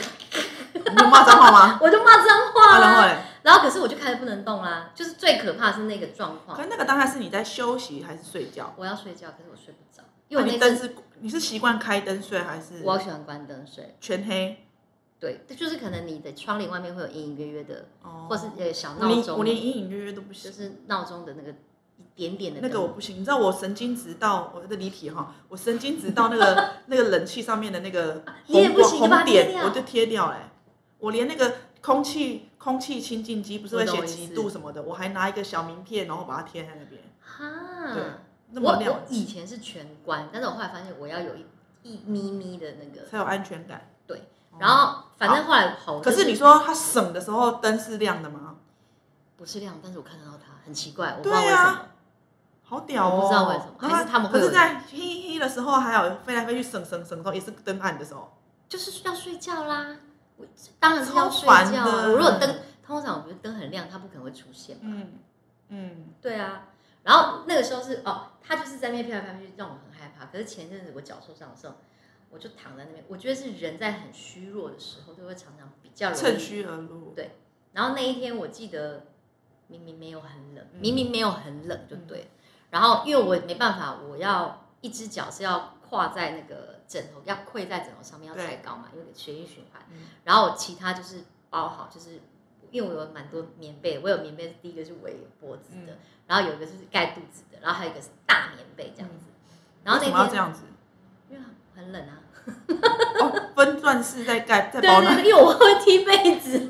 [SPEAKER 2] 你就骂脏话 吗？
[SPEAKER 3] 我就骂脏话
[SPEAKER 2] 啊然后
[SPEAKER 3] 啦，
[SPEAKER 2] 嘞，
[SPEAKER 3] 然后可是我就开始不能动啦，就是最可怕的是那个状
[SPEAKER 2] 可
[SPEAKER 3] 况，
[SPEAKER 2] 是那个当下是你在休息还是睡觉？
[SPEAKER 3] 我要睡觉，可是我睡不着，
[SPEAKER 2] 那
[SPEAKER 3] 因为我
[SPEAKER 2] 啊你
[SPEAKER 3] 那
[SPEAKER 2] 灯
[SPEAKER 3] 次
[SPEAKER 2] 是你是习惯开灯睡还是
[SPEAKER 3] 我喜欢关灯睡，
[SPEAKER 2] 全黑？
[SPEAKER 3] 对，就是可能你的窗帘外面会有隐隐约约的，
[SPEAKER 2] 哦
[SPEAKER 3] 或是呃小
[SPEAKER 2] 我
[SPEAKER 3] 闹
[SPEAKER 2] 连我
[SPEAKER 3] 钟。
[SPEAKER 2] 连隐隐约约都不
[SPEAKER 3] 就
[SPEAKER 2] 行。
[SPEAKER 3] 是闹钟的那个一点点的
[SPEAKER 2] 那个
[SPEAKER 3] 灯
[SPEAKER 2] 我不行，你知道我神经质到我的离体哈，我神经质到那 个那个冷气上面的那个
[SPEAKER 3] 你也
[SPEAKER 2] 红
[SPEAKER 3] 不行你把它
[SPEAKER 2] 红
[SPEAKER 3] 贴
[SPEAKER 2] 点，
[SPEAKER 3] 掉
[SPEAKER 2] 我就贴掉嘞、我连那个空气空气清净机不是
[SPEAKER 3] 我
[SPEAKER 2] 会
[SPEAKER 3] 懂
[SPEAKER 2] 写
[SPEAKER 3] 意
[SPEAKER 2] 几
[SPEAKER 3] 思
[SPEAKER 2] 度什么的，我还拿一个小名片，然后把它贴在那边，对
[SPEAKER 3] 哈，
[SPEAKER 2] 那
[SPEAKER 3] 我
[SPEAKER 2] 么亮
[SPEAKER 3] 我以前是全关，但是我后来发现我要有一一咪咪的那个，
[SPEAKER 2] 才有安全感。
[SPEAKER 3] 对
[SPEAKER 2] 哦，
[SPEAKER 3] 然后反正后来好，我
[SPEAKER 2] 可
[SPEAKER 3] 就是
[SPEAKER 2] 你说它省的时候灯是亮的吗？
[SPEAKER 3] 不是亮，但是我看得到它，很奇怪，我不知
[SPEAKER 2] 对
[SPEAKER 3] 道为什
[SPEAKER 2] 啊
[SPEAKER 3] 么。
[SPEAKER 2] 好屌哦！
[SPEAKER 3] 我不知道为什么
[SPEAKER 2] 然后
[SPEAKER 3] 还是他们
[SPEAKER 2] 可
[SPEAKER 3] 会有
[SPEAKER 2] 是，在嘿嘿嘿的时候，还有飞来飞去、省省省的时候，也是灯暗的时候。
[SPEAKER 3] 就是要睡觉啦。我当然是
[SPEAKER 2] 超
[SPEAKER 3] 要睡
[SPEAKER 2] 烦
[SPEAKER 3] 觉啊。
[SPEAKER 2] 的
[SPEAKER 3] 我如果灯，通常我觉得灯很亮，它不可能会出现。
[SPEAKER 2] 嗯嗯，
[SPEAKER 3] 对啊，然后那个时候是哦，他就是在那边飘来飘去，让我很害怕。可是前阵子我脚受伤的时候，我就躺在那边，我觉得是人在很虚弱的时候，就会常常比较容
[SPEAKER 2] 趁
[SPEAKER 3] 易。
[SPEAKER 2] 虚而入。
[SPEAKER 3] 对然后那一天我记得明明没有很冷，
[SPEAKER 2] 嗯
[SPEAKER 3] 明明没有很冷就对了。然后因为我没办法，我要一只脚是要跨在那个枕头，要跪在枕头上面，要
[SPEAKER 2] 对
[SPEAKER 3] 抬高嘛，有点血液循环。
[SPEAKER 2] 嗯
[SPEAKER 3] 然后其他就是包好，就是因为我有蛮多棉被，我有棉被，第一个是围脖子的，
[SPEAKER 2] 嗯
[SPEAKER 3] 然后有一个就是盖肚子的，然后还有一个是大棉被这样子。然后
[SPEAKER 2] 嗯为什么
[SPEAKER 3] 那
[SPEAKER 2] 要这
[SPEAKER 3] 天
[SPEAKER 2] 样子？
[SPEAKER 3] 因为很冷啊，
[SPEAKER 2] 哦，分段式在盖在
[SPEAKER 3] 对
[SPEAKER 2] 保
[SPEAKER 3] 对
[SPEAKER 2] 暖。
[SPEAKER 3] 对，因为我会踢被子。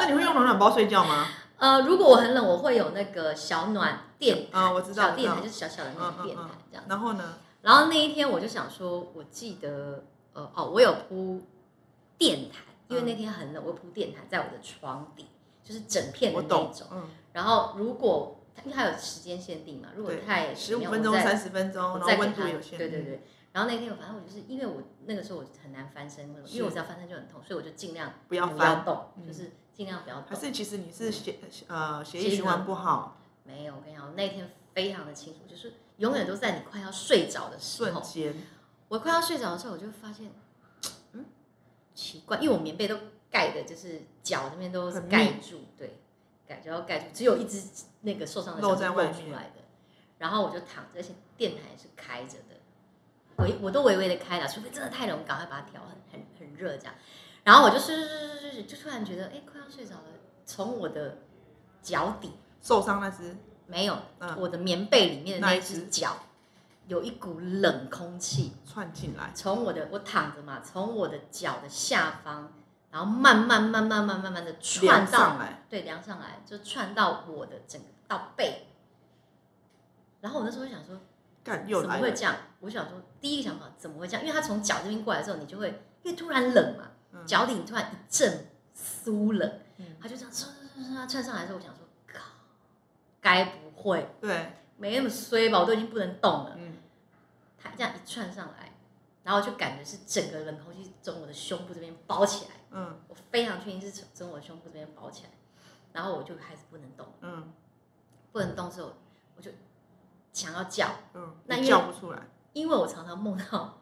[SPEAKER 2] 那你会用暖暖包睡觉吗？
[SPEAKER 3] 呃，如果我很冷，我会有那个小暖垫台，
[SPEAKER 2] 嗯我知道
[SPEAKER 3] 小垫台
[SPEAKER 2] 我知道嗯
[SPEAKER 3] 就是小小的那种垫台这样。
[SPEAKER 2] 然后呢？
[SPEAKER 3] 然后那一天我就想说，我记得呃哦，我有铺垫毯，因为那天很冷，我铺垫毯在我的床底，就是整片
[SPEAKER 2] 我
[SPEAKER 3] 的那
[SPEAKER 2] 懂
[SPEAKER 3] 一种。。
[SPEAKER 2] 嗯，
[SPEAKER 3] 然后如果因为它有时间限定嘛，如果
[SPEAKER 2] 对
[SPEAKER 3] 太
[SPEAKER 2] 十五
[SPEAKER 3] 没有
[SPEAKER 2] 分钟、
[SPEAKER 3] 我再
[SPEAKER 2] 三十分钟，
[SPEAKER 3] 我
[SPEAKER 2] 然
[SPEAKER 3] 再
[SPEAKER 2] 后
[SPEAKER 3] 给
[SPEAKER 2] 温度
[SPEAKER 3] 它
[SPEAKER 2] 有限。嗯
[SPEAKER 3] 对对。对。然后那天我反正我就是因为我那个时候我很难翻身，因
[SPEAKER 2] 是
[SPEAKER 3] 为我只要翻身就很痛，所以我就尽量
[SPEAKER 2] 不要
[SPEAKER 3] 不要
[SPEAKER 2] 翻。
[SPEAKER 3] 动，
[SPEAKER 2] 嗯
[SPEAKER 3] 就是尽量不要
[SPEAKER 2] 还
[SPEAKER 3] 动。
[SPEAKER 2] 是其实你是血呃血液
[SPEAKER 3] 血液
[SPEAKER 2] 循环
[SPEAKER 3] 循环
[SPEAKER 2] 不好，
[SPEAKER 3] 没有，我跟你讲，我那天非常的清楚，就是永远都在你快要睡着的时
[SPEAKER 2] 瞬
[SPEAKER 3] 候，
[SPEAKER 2] 间
[SPEAKER 3] 我快要睡着的时候，我就发现，嗯，奇怪，因为我棉被都盖的，就是脚那边都是
[SPEAKER 2] 很密
[SPEAKER 3] 盖住，对，盖就要盖住，只有一只那个受伤的
[SPEAKER 2] 露
[SPEAKER 3] 脚是
[SPEAKER 2] 在
[SPEAKER 3] 露
[SPEAKER 2] 外
[SPEAKER 3] 出
[SPEAKER 2] 面
[SPEAKER 3] 来的。然后我就躺着，而且电台是开着的，我我都微微的开了，除非真的太冷，我赶快把它调很很很热这样。然后我就睡睡睡睡睡，就突然觉得，哎，快要睡着了，从我的脚底
[SPEAKER 2] 受伤那只，
[SPEAKER 3] 没有，
[SPEAKER 2] 嗯
[SPEAKER 3] 我的棉被里面的
[SPEAKER 2] 那
[SPEAKER 3] 那
[SPEAKER 2] 一
[SPEAKER 3] 一只
[SPEAKER 2] 只
[SPEAKER 3] 脚有一股冷空气。
[SPEAKER 2] 窜进来，
[SPEAKER 3] 从我的我躺着嘛，从我的脚的下方，然后慢慢慢慢慢慢慢的
[SPEAKER 2] 连
[SPEAKER 3] 窜到，
[SPEAKER 2] 上来，
[SPEAKER 3] 对，量上来就窜到我的整个到背。然后我那时候就想说，
[SPEAKER 2] 干又
[SPEAKER 3] 怎么
[SPEAKER 2] 来
[SPEAKER 3] 会
[SPEAKER 2] 了，
[SPEAKER 3] 这样？我想说，第一个想法怎么会这样？因为它从脚这边过来的时候，你就会因为突然冷嘛，
[SPEAKER 2] 嗯
[SPEAKER 3] 脚底突然一阵酥冷，
[SPEAKER 2] 嗯
[SPEAKER 3] 它就这样窜窜窜窜窜窜上来的时候，我想说，靠，该不会
[SPEAKER 2] 对，
[SPEAKER 3] 没那么衰吧？我都已经不能动了。
[SPEAKER 2] 嗯，
[SPEAKER 3] 他这样一串上来，然后就感觉是整个冷空气从我的胸部这边包起来，
[SPEAKER 2] 嗯
[SPEAKER 3] 我非常确定是从从我的胸部这边包起来，然后我就还是不能动，
[SPEAKER 2] 嗯
[SPEAKER 3] 不能动之后我就想要叫，
[SPEAKER 2] 嗯，
[SPEAKER 3] 那
[SPEAKER 2] 你
[SPEAKER 3] 因为
[SPEAKER 2] 叫不出来，
[SPEAKER 3] 因为我常常梦到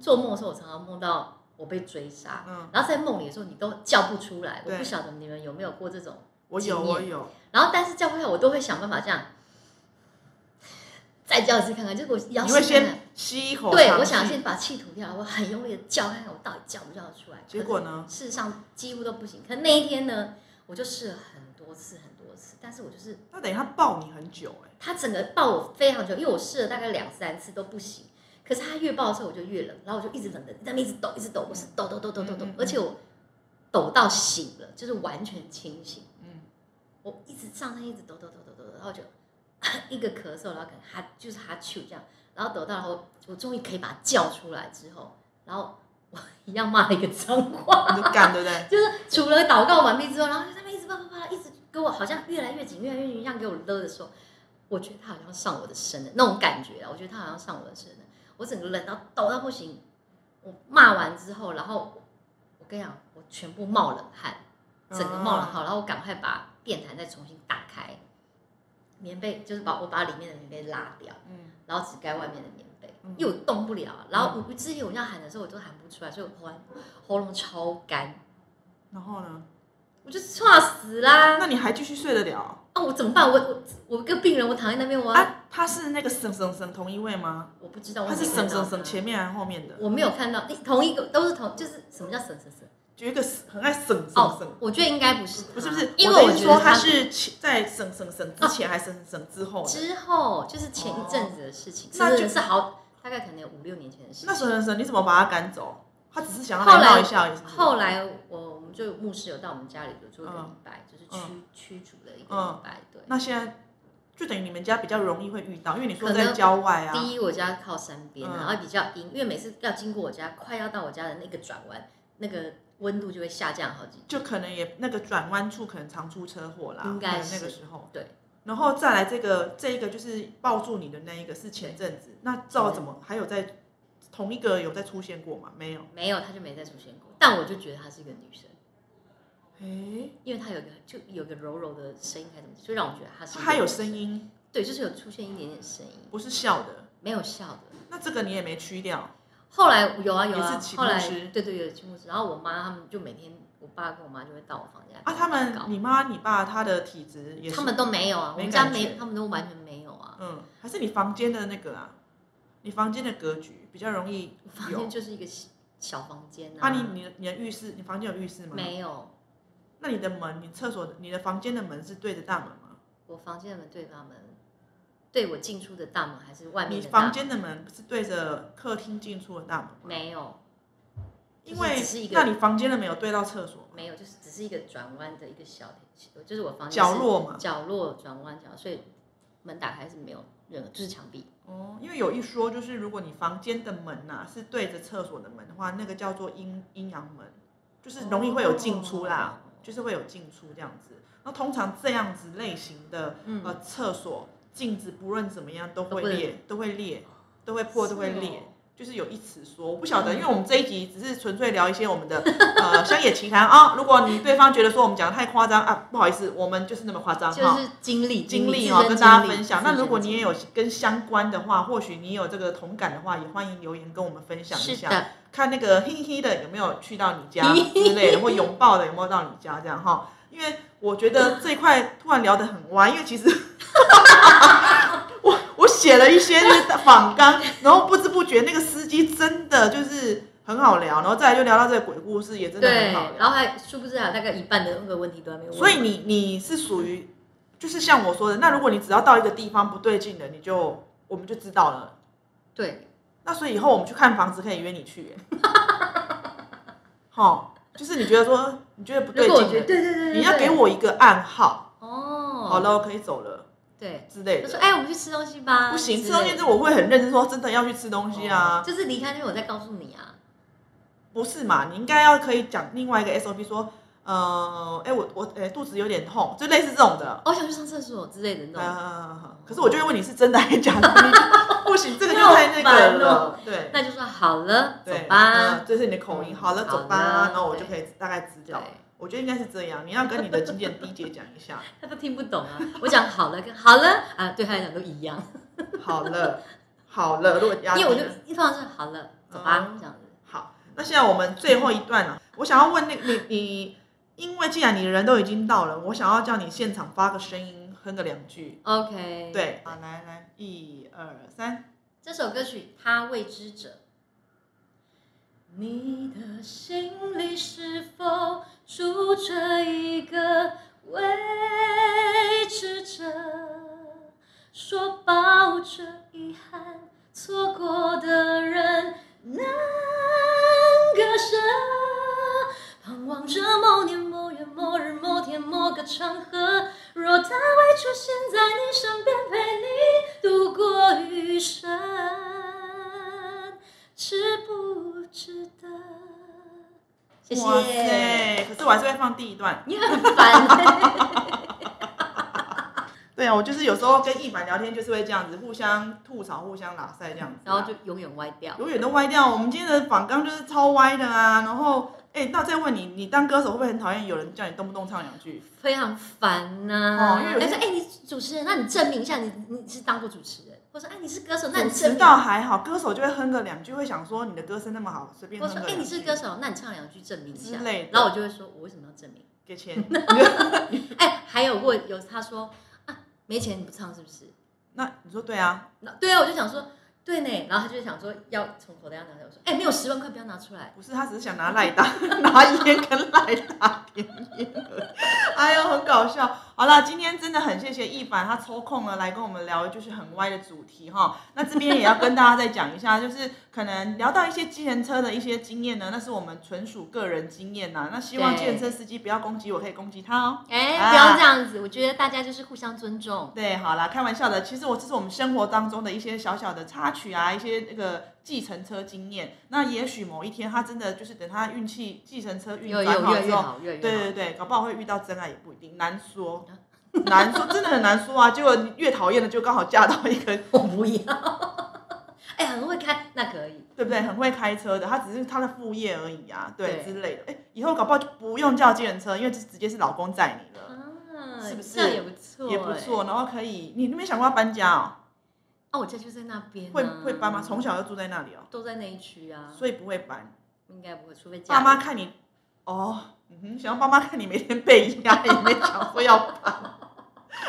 [SPEAKER 3] 做梦的时候，我常常梦到我被追杀，
[SPEAKER 2] 嗯，
[SPEAKER 3] 然后在梦里的时候你都叫不出来，我
[SPEAKER 2] 对
[SPEAKER 3] 不晓得你们有没有过这种。
[SPEAKER 2] 我有
[SPEAKER 3] 经验
[SPEAKER 2] 我有，
[SPEAKER 3] 然后但是叫不出来，我都会想办法这样再叫一次看看，就是我要
[SPEAKER 2] 你会
[SPEAKER 3] 试看
[SPEAKER 2] 先
[SPEAKER 3] 看
[SPEAKER 2] 吸一口
[SPEAKER 3] 对
[SPEAKER 2] 长
[SPEAKER 3] 我想
[SPEAKER 2] 气
[SPEAKER 3] 先把气吐掉，我很用力的叫看看我到底叫不叫得出来。
[SPEAKER 2] 结果呢
[SPEAKER 3] 可是事实上几乎都不行。可那一天呢，我就试了很多次很多次，但是我就是
[SPEAKER 2] 那等于他抱你很久哎、
[SPEAKER 3] 他整个抱我非常久，因为我试了大概两三次都不行。可是他越抱的时候我就越冷，然后我就一直冷的，在那边一直抖，一直抖，我是抖抖抖抖抖抖
[SPEAKER 2] 嗯嗯嗯，
[SPEAKER 3] 而且我抖到醒了，就是完全清醒。
[SPEAKER 2] 嗯，
[SPEAKER 3] 我一直上身一直抖抖抖抖抖，然后就 一个咳嗽，然后可能哈就是哈啾这样，然后抖到然后我终于可以把它叫出来之后，然后我一样骂了一个脏话，
[SPEAKER 2] 你就干对不对？
[SPEAKER 3] 就是除了祷告完毕之后，然后就在那边一直叭叭叭，一直跟我好像越来越紧，越来越紧，这样给我勒的时候，我觉得他好像上我的身了，那种感觉啊，我觉得他好像上我的身了，我整个人到抖到不行，我骂完之后，然后我我跟你讲，我全部冒冷汗。整个冒了
[SPEAKER 2] 啊
[SPEAKER 3] 好，然后我赶快把电毯再重新打开，棉被就是把我把里面的棉被拉掉，
[SPEAKER 2] 嗯
[SPEAKER 3] 然后只盖外面的棉被
[SPEAKER 2] 嗯，
[SPEAKER 3] 因为我动不了啊。然后我之前我要喊的时候我都喊不出来，所以我喉喉咙超干，
[SPEAKER 2] 然后呢？
[SPEAKER 3] 我就猝死啦！
[SPEAKER 2] 那你还继续睡得了？
[SPEAKER 3] 啊，我怎么办？我我我跟病人，我躺在那边，我、
[SPEAKER 2] 啊，他是那个省省省同一位吗？
[SPEAKER 3] 我不知道，我
[SPEAKER 2] 他是
[SPEAKER 3] 没看
[SPEAKER 2] 省
[SPEAKER 3] 到
[SPEAKER 2] 省省
[SPEAKER 3] 他
[SPEAKER 2] 前面还是后面的？
[SPEAKER 3] 我没有看到，同一个都是同，就是什么叫省省省？
[SPEAKER 2] 就一个省很爱省省
[SPEAKER 3] 哦
[SPEAKER 2] 省，，
[SPEAKER 3] 我觉得应该不是他，
[SPEAKER 2] 不是不是，
[SPEAKER 3] 因为
[SPEAKER 2] 我
[SPEAKER 3] 我
[SPEAKER 2] 的意
[SPEAKER 3] 觉
[SPEAKER 2] 思
[SPEAKER 3] 得
[SPEAKER 2] 说他
[SPEAKER 3] 他
[SPEAKER 2] 是前在省省省之前还是省省之后的？
[SPEAKER 3] 之后就是前一阵子的事情，
[SPEAKER 2] 哦那
[SPEAKER 3] 那
[SPEAKER 2] 就
[SPEAKER 3] 就是好大概可能有五六年前的事
[SPEAKER 2] 那
[SPEAKER 3] 情。
[SPEAKER 2] 省省省你怎么把他赶走？他只是想要
[SPEAKER 3] 后
[SPEAKER 2] 来
[SPEAKER 3] 来
[SPEAKER 2] 闹一下而已，是不是
[SPEAKER 3] 后来我我们就牧师有到我们家里有做一个礼拜，就是驱驱逐的一个礼拜。对，
[SPEAKER 2] 嗯那现在就等于你们家比较容易会遇到，因为你说
[SPEAKER 3] 可
[SPEAKER 2] 在
[SPEAKER 3] 能
[SPEAKER 2] 郊外啊，
[SPEAKER 3] 第一我家靠山边，
[SPEAKER 2] 嗯
[SPEAKER 3] 然后比较阴，因为每次要经过我家，快要到我家的那个转弯，那个温度就会下降好几。
[SPEAKER 2] 就可能也那个转弯处可能常出车祸啦，
[SPEAKER 3] 应该
[SPEAKER 2] 可能那个
[SPEAKER 3] 是
[SPEAKER 2] 时候
[SPEAKER 3] 对。
[SPEAKER 2] 然后再来这个这一个就是抱住你的那一个是前阵子，那照怎么还有在同一个有再出现过吗？没有。
[SPEAKER 3] 没有，他就没再出现过。但我就觉得她是一个女生，
[SPEAKER 2] 诶，
[SPEAKER 3] 因为她有一个就有一个柔柔的声音，还是怎么，就让我觉得她是一个
[SPEAKER 2] 他有
[SPEAKER 3] 女生
[SPEAKER 2] 声，音，
[SPEAKER 3] 对，就是有出现一点点声音，
[SPEAKER 2] 不是笑的。
[SPEAKER 3] 没有笑的。
[SPEAKER 2] 那这个你也没去掉，
[SPEAKER 3] 后来有啊有
[SPEAKER 2] 也
[SPEAKER 3] 啊
[SPEAKER 2] 是，请
[SPEAKER 3] 后来
[SPEAKER 2] 牧师
[SPEAKER 3] 对对有请牧师，然后我妈他们就每天，我爸跟我妈就会到我房间来
[SPEAKER 2] 啊？他
[SPEAKER 3] 祷
[SPEAKER 2] 们
[SPEAKER 3] 告
[SPEAKER 2] 你妈你爸他的体质也是，
[SPEAKER 3] 他们都没有啊，我
[SPEAKER 2] 没
[SPEAKER 3] 们家
[SPEAKER 2] 感觉
[SPEAKER 3] 没，他们都完全没有啊，
[SPEAKER 2] 嗯，还是你房间的那个啊，你房间的格局比较容易
[SPEAKER 3] 我房
[SPEAKER 2] 有
[SPEAKER 3] 间。就是一个小小房间
[SPEAKER 2] 啊，你你的你的浴室，你房间有浴室吗？。
[SPEAKER 3] 没有，
[SPEAKER 2] 那你的门，你厕所的，你的房间的门是对着大门吗？
[SPEAKER 3] 我房间的门对大门，对我进出的大门还是外面
[SPEAKER 2] 你
[SPEAKER 3] 的大
[SPEAKER 2] 房
[SPEAKER 3] 门
[SPEAKER 2] 间的门是对着客厅进出的大门吗？
[SPEAKER 3] 没有，
[SPEAKER 2] 因
[SPEAKER 3] 就是
[SPEAKER 2] 为
[SPEAKER 3] 只是一
[SPEAKER 2] 那
[SPEAKER 3] 个
[SPEAKER 2] 你房间的门有对到厕所吗
[SPEAKER 3] 没有，就是只是一个转弯的一个小，就是我房间
[SPEAKER 2] 角
[SPEAKER 3] 是
[SPEAKER 2] 落嘛？
[SPEAKER 3] 角落转弯角，所以门打开是没有任何，就是墙壁。
[SPEAKER 2] 哦，因为有一说就是，如果你房间的门呐、是对着厕所的门的话，那个叫做阴阴阳门，就是容易会有进出啦，
[SPEAKER 3] 哦
[SPEAKER 2] 就是会有进出这样子。那通常这样子类型的
[SPEAKER 3] 嗯
[SPEAKER 2] 呃厕所镜子，不论怎么样都
[SPEAKER 3] 都
[SPEAKER 2] 会
[SPEAKER 3] 会
[SPEAKER 2] 裂，都会裂，都会破，都会
[SPEAKER 3] 是哦
[SPEAKER 2] 裂。就是有一词说，我不晓得，因为我们这一集只是纯粹聊一些我们的呃乡野奇谈啊。如果你对方觉得说我们讲的太夸张啊，不好意思，我们就是那么夸张
[SPEAKER 3] 就
[SPEAKER 2] 哈。
[SPEAKER 3] 是经历
[SPEAKER 2] 经历
[SPEAKER 3] 嗯自
[SPEAKER 2] 哦，
[SPEAKER 3] 身
[SPEAKER 2] 跟大家
[SPEAKER 3] 经历
[SPEAKER 2] 分享。
[SPEAKER 3] 自身
[SPEAKER 2] 那如果你也有
[SPEAKER 3] 经
[SPEAKER 2] 跟相关的话，或许你有这个同感的话，也欢迎留言跟我们分
[SPEAKER 3] 历
[SPEAKER 2] 享一
[SPEAKER 3] 是
[SPEAKER 2] 下，
[SPEAKER 3] 的，
[SPEAKER 2] 看那个嘿嘿的有没有去到你 家之类的，或拥抱的有没有到你家这样哈。因为我觉得这一块突然聊得很歪，因为其实 我我写了一些就是仿纲，然后不知不觉那个司机真的就是很好聊，然后再来就聊到这个鬼故事，也真的
[SPEAKER 3] 对
[SPEAKER 2] 很好，聊。
[SPEAKER 3] 然后还殊不知还有大概一半的那个问题都还没有问，
[SPEAKER 2] 所以你你是属于，就是像我说的，那如果你只要到一个地方不对劲的，你就我们就知道了。
[SPEAKER 3] 对
[SPEAKER 2] 那所以以后我们去看房子可以约你去耶，好、就是你觉得说你觉得不
[SPEAKER 3] 如
[SPEAKER 2] 对
[SPEAKER 3] 果我觉
[SPEAKER 2] 劲的，
[SPEAKER 3] 得对对对对，
[SPEAKER 2] 你要
[SPEAKER 3] 对
[SPEAKER 2] 给我一个暗号，
[SPEAKER 3] 哦，
[SPEAKER 2] 好，了可以走了
[SPEAKER 3] 对，
[SPEAKER 2] 之类
[SPEAKER 3] 他说
[SPEAKER 2] 的。
[SPEAKER 3] 哎，我们去吃东西吧，
[SPEAKER 2] 不行，吃
[SPEAKER 3] 之
[SPEAKER 2] 东
[SPEAKER 3] 类
[SPEAKER 2] 西
[SPEAKER 3] 的
[SPEAKER 2] 这我会很认真说，真的要去吃东西啊
[SPEAKER 3] 哦，就是离开那边我再告诉你啊，
[SPEAKER 2] 不是嘛？你应该要可以讲另外一个 SOP 说，呃，哎、我我哎、肚子有点痛，就类似这种的。
[SPEAKER 3] 哦我想去上厕所之类的那种，
[SPEAKER 2] 啊，可是我就会问你是真的还是假的，你就不行，这个就太那个
[SPEAKER 3] 烦哦
[SPEAKER 2] 了，对。
[SPEAKER 3] 那就说好了，走
[SPEAKER 2] 对
[SPEAKER 3] 吧
[SPEAKER 2] 嗯。这是你的口音。好了，
[SPEAKER 3] 好
[SPEAKER 2] 走吧，
[SPEAKER 3] 了
[SPEAKER 2] 然后我就
[SPEAKER 3] 对
[SPEAKER 2] 可以大概知
[SPEAKER 3] 对
[SPEAKER 2] 道。我觉得应该是这样，你要跟你的经纪人 D 姐讲一下。
[SPEAKER 3] 他都听不懂啊！我讲好了跟好了啊，对他来讲都一样，
[SPEAKER 2] 好了，好了，如果压
[SPEAKER 3] 因
[SPEAKER 2] 力
[SPEAKER 3] 为我就一方是好了，走吧
[SPEAKER 2] 哦
[SPEAKER 3] 这样子。
[SPEAKER 2] 好，那现在我们最后一段了、我想要问那你你，因为既然你人都已经到了，我想要叫你现场发个声音，哼个两句。
[SPEAKER 3] OK，，
[SPEAKER 2] 对，好，来来，一二三，
[SPEAKER 3] 这首歌曲《他未知者》。你的心里是否住着一个未知者？说抱着遗憾错过的人难割舍，盼望着某年某月某日某天某个场合，若他会出现在你身边，陪你度过余生，值不值得？谢谢。
[SPEAKER 2] 哇塞！可是我还是会放第一段。
[SPEAKER 3] 你很烦、
[SPEAKER 2] 对啊，我就是有时候跟一凡聊天，就是会这样子，互相吐槽，互相拉塞这样子啊、
[SPEAKER 3] 然后就永远歪掉。
[SPEAKER 2] 永远都歪掉。我们今天的访纲就是超歪的啊。然后，哎、那再问你，你当歌手会不会很讨厌有人叫你动不动唱两句？
[SPEAKER 3] 非常烦呐、
[SPEAKER 2] 哦因为有
[SPEAKER 3] 但
[SPEAKER 2] 些
[SPEAKER 3] 是哎、你主持人，那你证明一下你，你是当过主持人，或者说哎，你是歌手，那你证
[SPEAKER 2] 迟
[SPEAKER 3] 明。
[SPEAKER 2] 到还好，歌手就会哼个两句，会想说你的歌声那么好，随便
[SPEAKER 3] 或
[SPEAKER 2] 哼
[SPEAKER 3] 者
[SPEAKER 2] 个
[SPEAKER 3] 说哎、
[SPEAKER 2] 两句。
[SPEAKER 3] 你是歌手，那你唱两句证明一下
[SPEAKER 2] 之类的
[SPEAKER 3] 然后我就会说，我为什么要证明？
[SPEAKER 2] 给钱，
[SPEAKER 3] 哎、还有过有他说啊，没钱你不唱是不是？
[SPEAKER 2] 那你说对啊？
[SPEAKER 3] 那对啊，我就想说对呢，然后他就想说要从口袋要拿出来，我说哎、没有十万块不要拿出来。
[SPEAKER 2] 不是，他只是想拿赖打， 拿烟跟赖打点烟而已。哎呦，很搞笑。好啦，今天真的很谢谢一凡，他抽空了来跟我们聊，就是很歪的主题哈。那这边也要跟大家再讲一下，就是可能聊到一些机人车的一些经验呢，那是我们纯属个人经验呐。那希望
[SPEAKER 3] 对
[SPEAKER 2] 机人车司机不要攻击我，可以攻击他哦。
[SPEAKER 3] 哎、
[SPEAKER 2] 啊
[SPEAKER 3] 不要这样子，我觉得大家就是互相尊重。
[SPEAKER 2] 对，好啦，开玩笑的。其实我这是我们生活当中的一些小小的插曲啊，一些那个计程车经验。那也许某一天他真的就是等他运气计程车运
[SPEAKER 3] 有
[SPEAKER 2] 转
[SPEAKER 3] 有越
[SPEAKER 2] 好
[SPEAKER 3] 来
[SPEAKER 2] 之
[SPEAKER 3] 越
[SPEAKER 2] 后，
[SPEAKER 3] 嗯好，越来
[SPEAKER 2] 对
[SPEAKER 3] 越好。
[SPEAKER 2] 对对，搞不好会遇到真爱也不一定，难 说，难说，真的很难说啊。结果你越讨厌的就刚好嫁到一个
[SPEAKER 3] 我不要。 哎、很会开，那可以。
[SPEAKER 2] 对不对？很会开车的，他只是他的副业而已啊，对
[SPEAKER 3] 对
[SPEAKER 2] 之类的。哎，以后搞不好就不用叫计程车，因为这直接是老公载你了，
[SPEAKER 3] 啊
[SPEAKER 2] 是不是
[SPEAKER 3] 这样也不错，哎
[SPEAKER 2] 也不。错。然后可以，你你有没有想过要搬家哦？
[SPEAKER 3] 啊，我家就在那边、啊。
[SPEAKER 2] 会会搬吗？从小就住在那里哦，
[SPEAKER 3] 都在那一区啊，
[SPEAKER 2] 所以不会搬。
[SPEAKER 3] 应该不会，除非家
[SPEAKER 2] 爸
[SPEAKER 3] 人
[SPEAKER 2] 妈看你，哦，嗯哼，想要爸妈看你每天被压，也没想说要搬。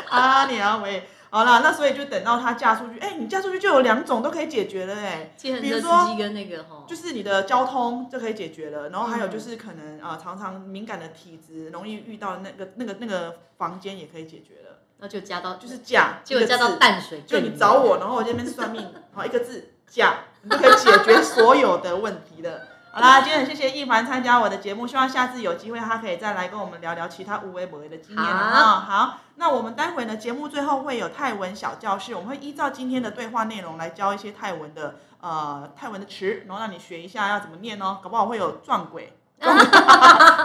[SPEAKER 2] 啊，娘喂，好啦，那所以就等到他嫁出去，哎、你嫁出去就有两种都可以解决了、哎，
[SPEAKER 3] 计程
[SPEAKER 2] 比
[SPEAKER 3] 车
[SPEAKER 2] 如
[SPEAKER 3] 司
[SPEAKER 2] 说
[SPEAKER 3] 机跟那个哈，
[SPEAKER 2] 就是你的交通就可以解决了，然后还有
[SPEAKER 3] 嗯
[SPEAKER 2] 就是可能啊、呃常常敏感的体质，容易遇到那个那个那个房间也可以解决了，
[SPEAKER 3] 然后就加到，
[SPEAKER 2] 就是嫁，
[SPEAKER 3] 结果加
[SPEAKER 2] 一
[SPEAKER 3] 到
[SPEAKER 2] 个字
[SPEAKER 3] 淡水，
[SPEAKER 2] 就你找我，，然后我这边算命，好一个字讲，你就可以解决所有的问题的。好啦，今天很谢谢一凡参加我的节目，希望下次有机会他可以再来跟我们聊聊其他无微不微的经验了啊。好，那我们待会呢节目最后会有泰文小教室，我们会依照今天的对话内容来教一些泰文的呃泰文的词，然后让你学一下要怎么念哦，搞不好会有撞鬼。撞鬼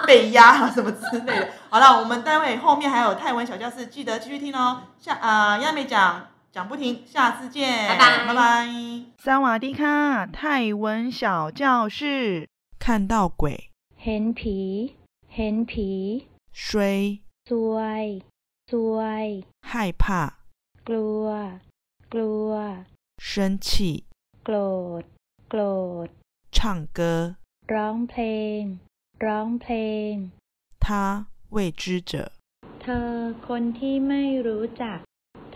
[SPEAKER 2] 被压啊什么之类的。好了，我们待会后面还有泰文小教室，记得继续听哦。下呃，亚美讲讲不停，下次见，
[SPEAKER 3] 拜拜
[SPEAKER 2] 拜拜。萨瓦迪卡，泰文小教室，看到鬼，
[SPEAKER 4] เห็นผี เห็นผี
[SPEAKER 2] 衰，
[SPEAKER 4] สวย สวย
[SPEAKER 2] 害怕，
[SPEAKER 4] กลัว กลัว
[SPEAKER 2] 生气，
[SPEAKER 4] โกรธ โกรธ
[SPEAKER 2] 唱歌。
[SPEAKER 4] ร้องเพลง ร้องเพลง
[SPEAKER 2] 他未知者，
[SPEAKER 4] เธอคนที่ไม่รู้จัก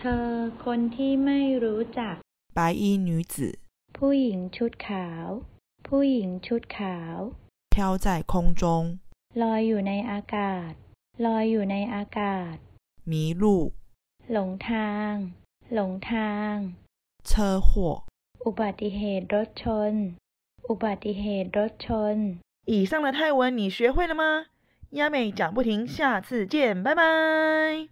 [SPEAKER 4] เธอคนที่ไม่รู้จัก
[SPEAKER 2] 白衣女子
[SPEAKER 4] ผู้หญิงชุดขาว ผู้หญิงชุดขาว
[SPEAKER 2] 飘在空中，
[SPEAKER 4] ลอยอยู่ในอากาศ ลอยอยู่ในอากาศ
[SPEAKER 2] 迷路，
[SPEAKER 4] หลงทาง หลงทาง
[SPEAKER 2] 车祸。
[SPEAKER 4] อุบัติเหตุรถชน อุบัติเหตุรถชน
[SPEAKER 2] 以上的泰文你学会了吗？亚美讲不停，下次见，拜拜。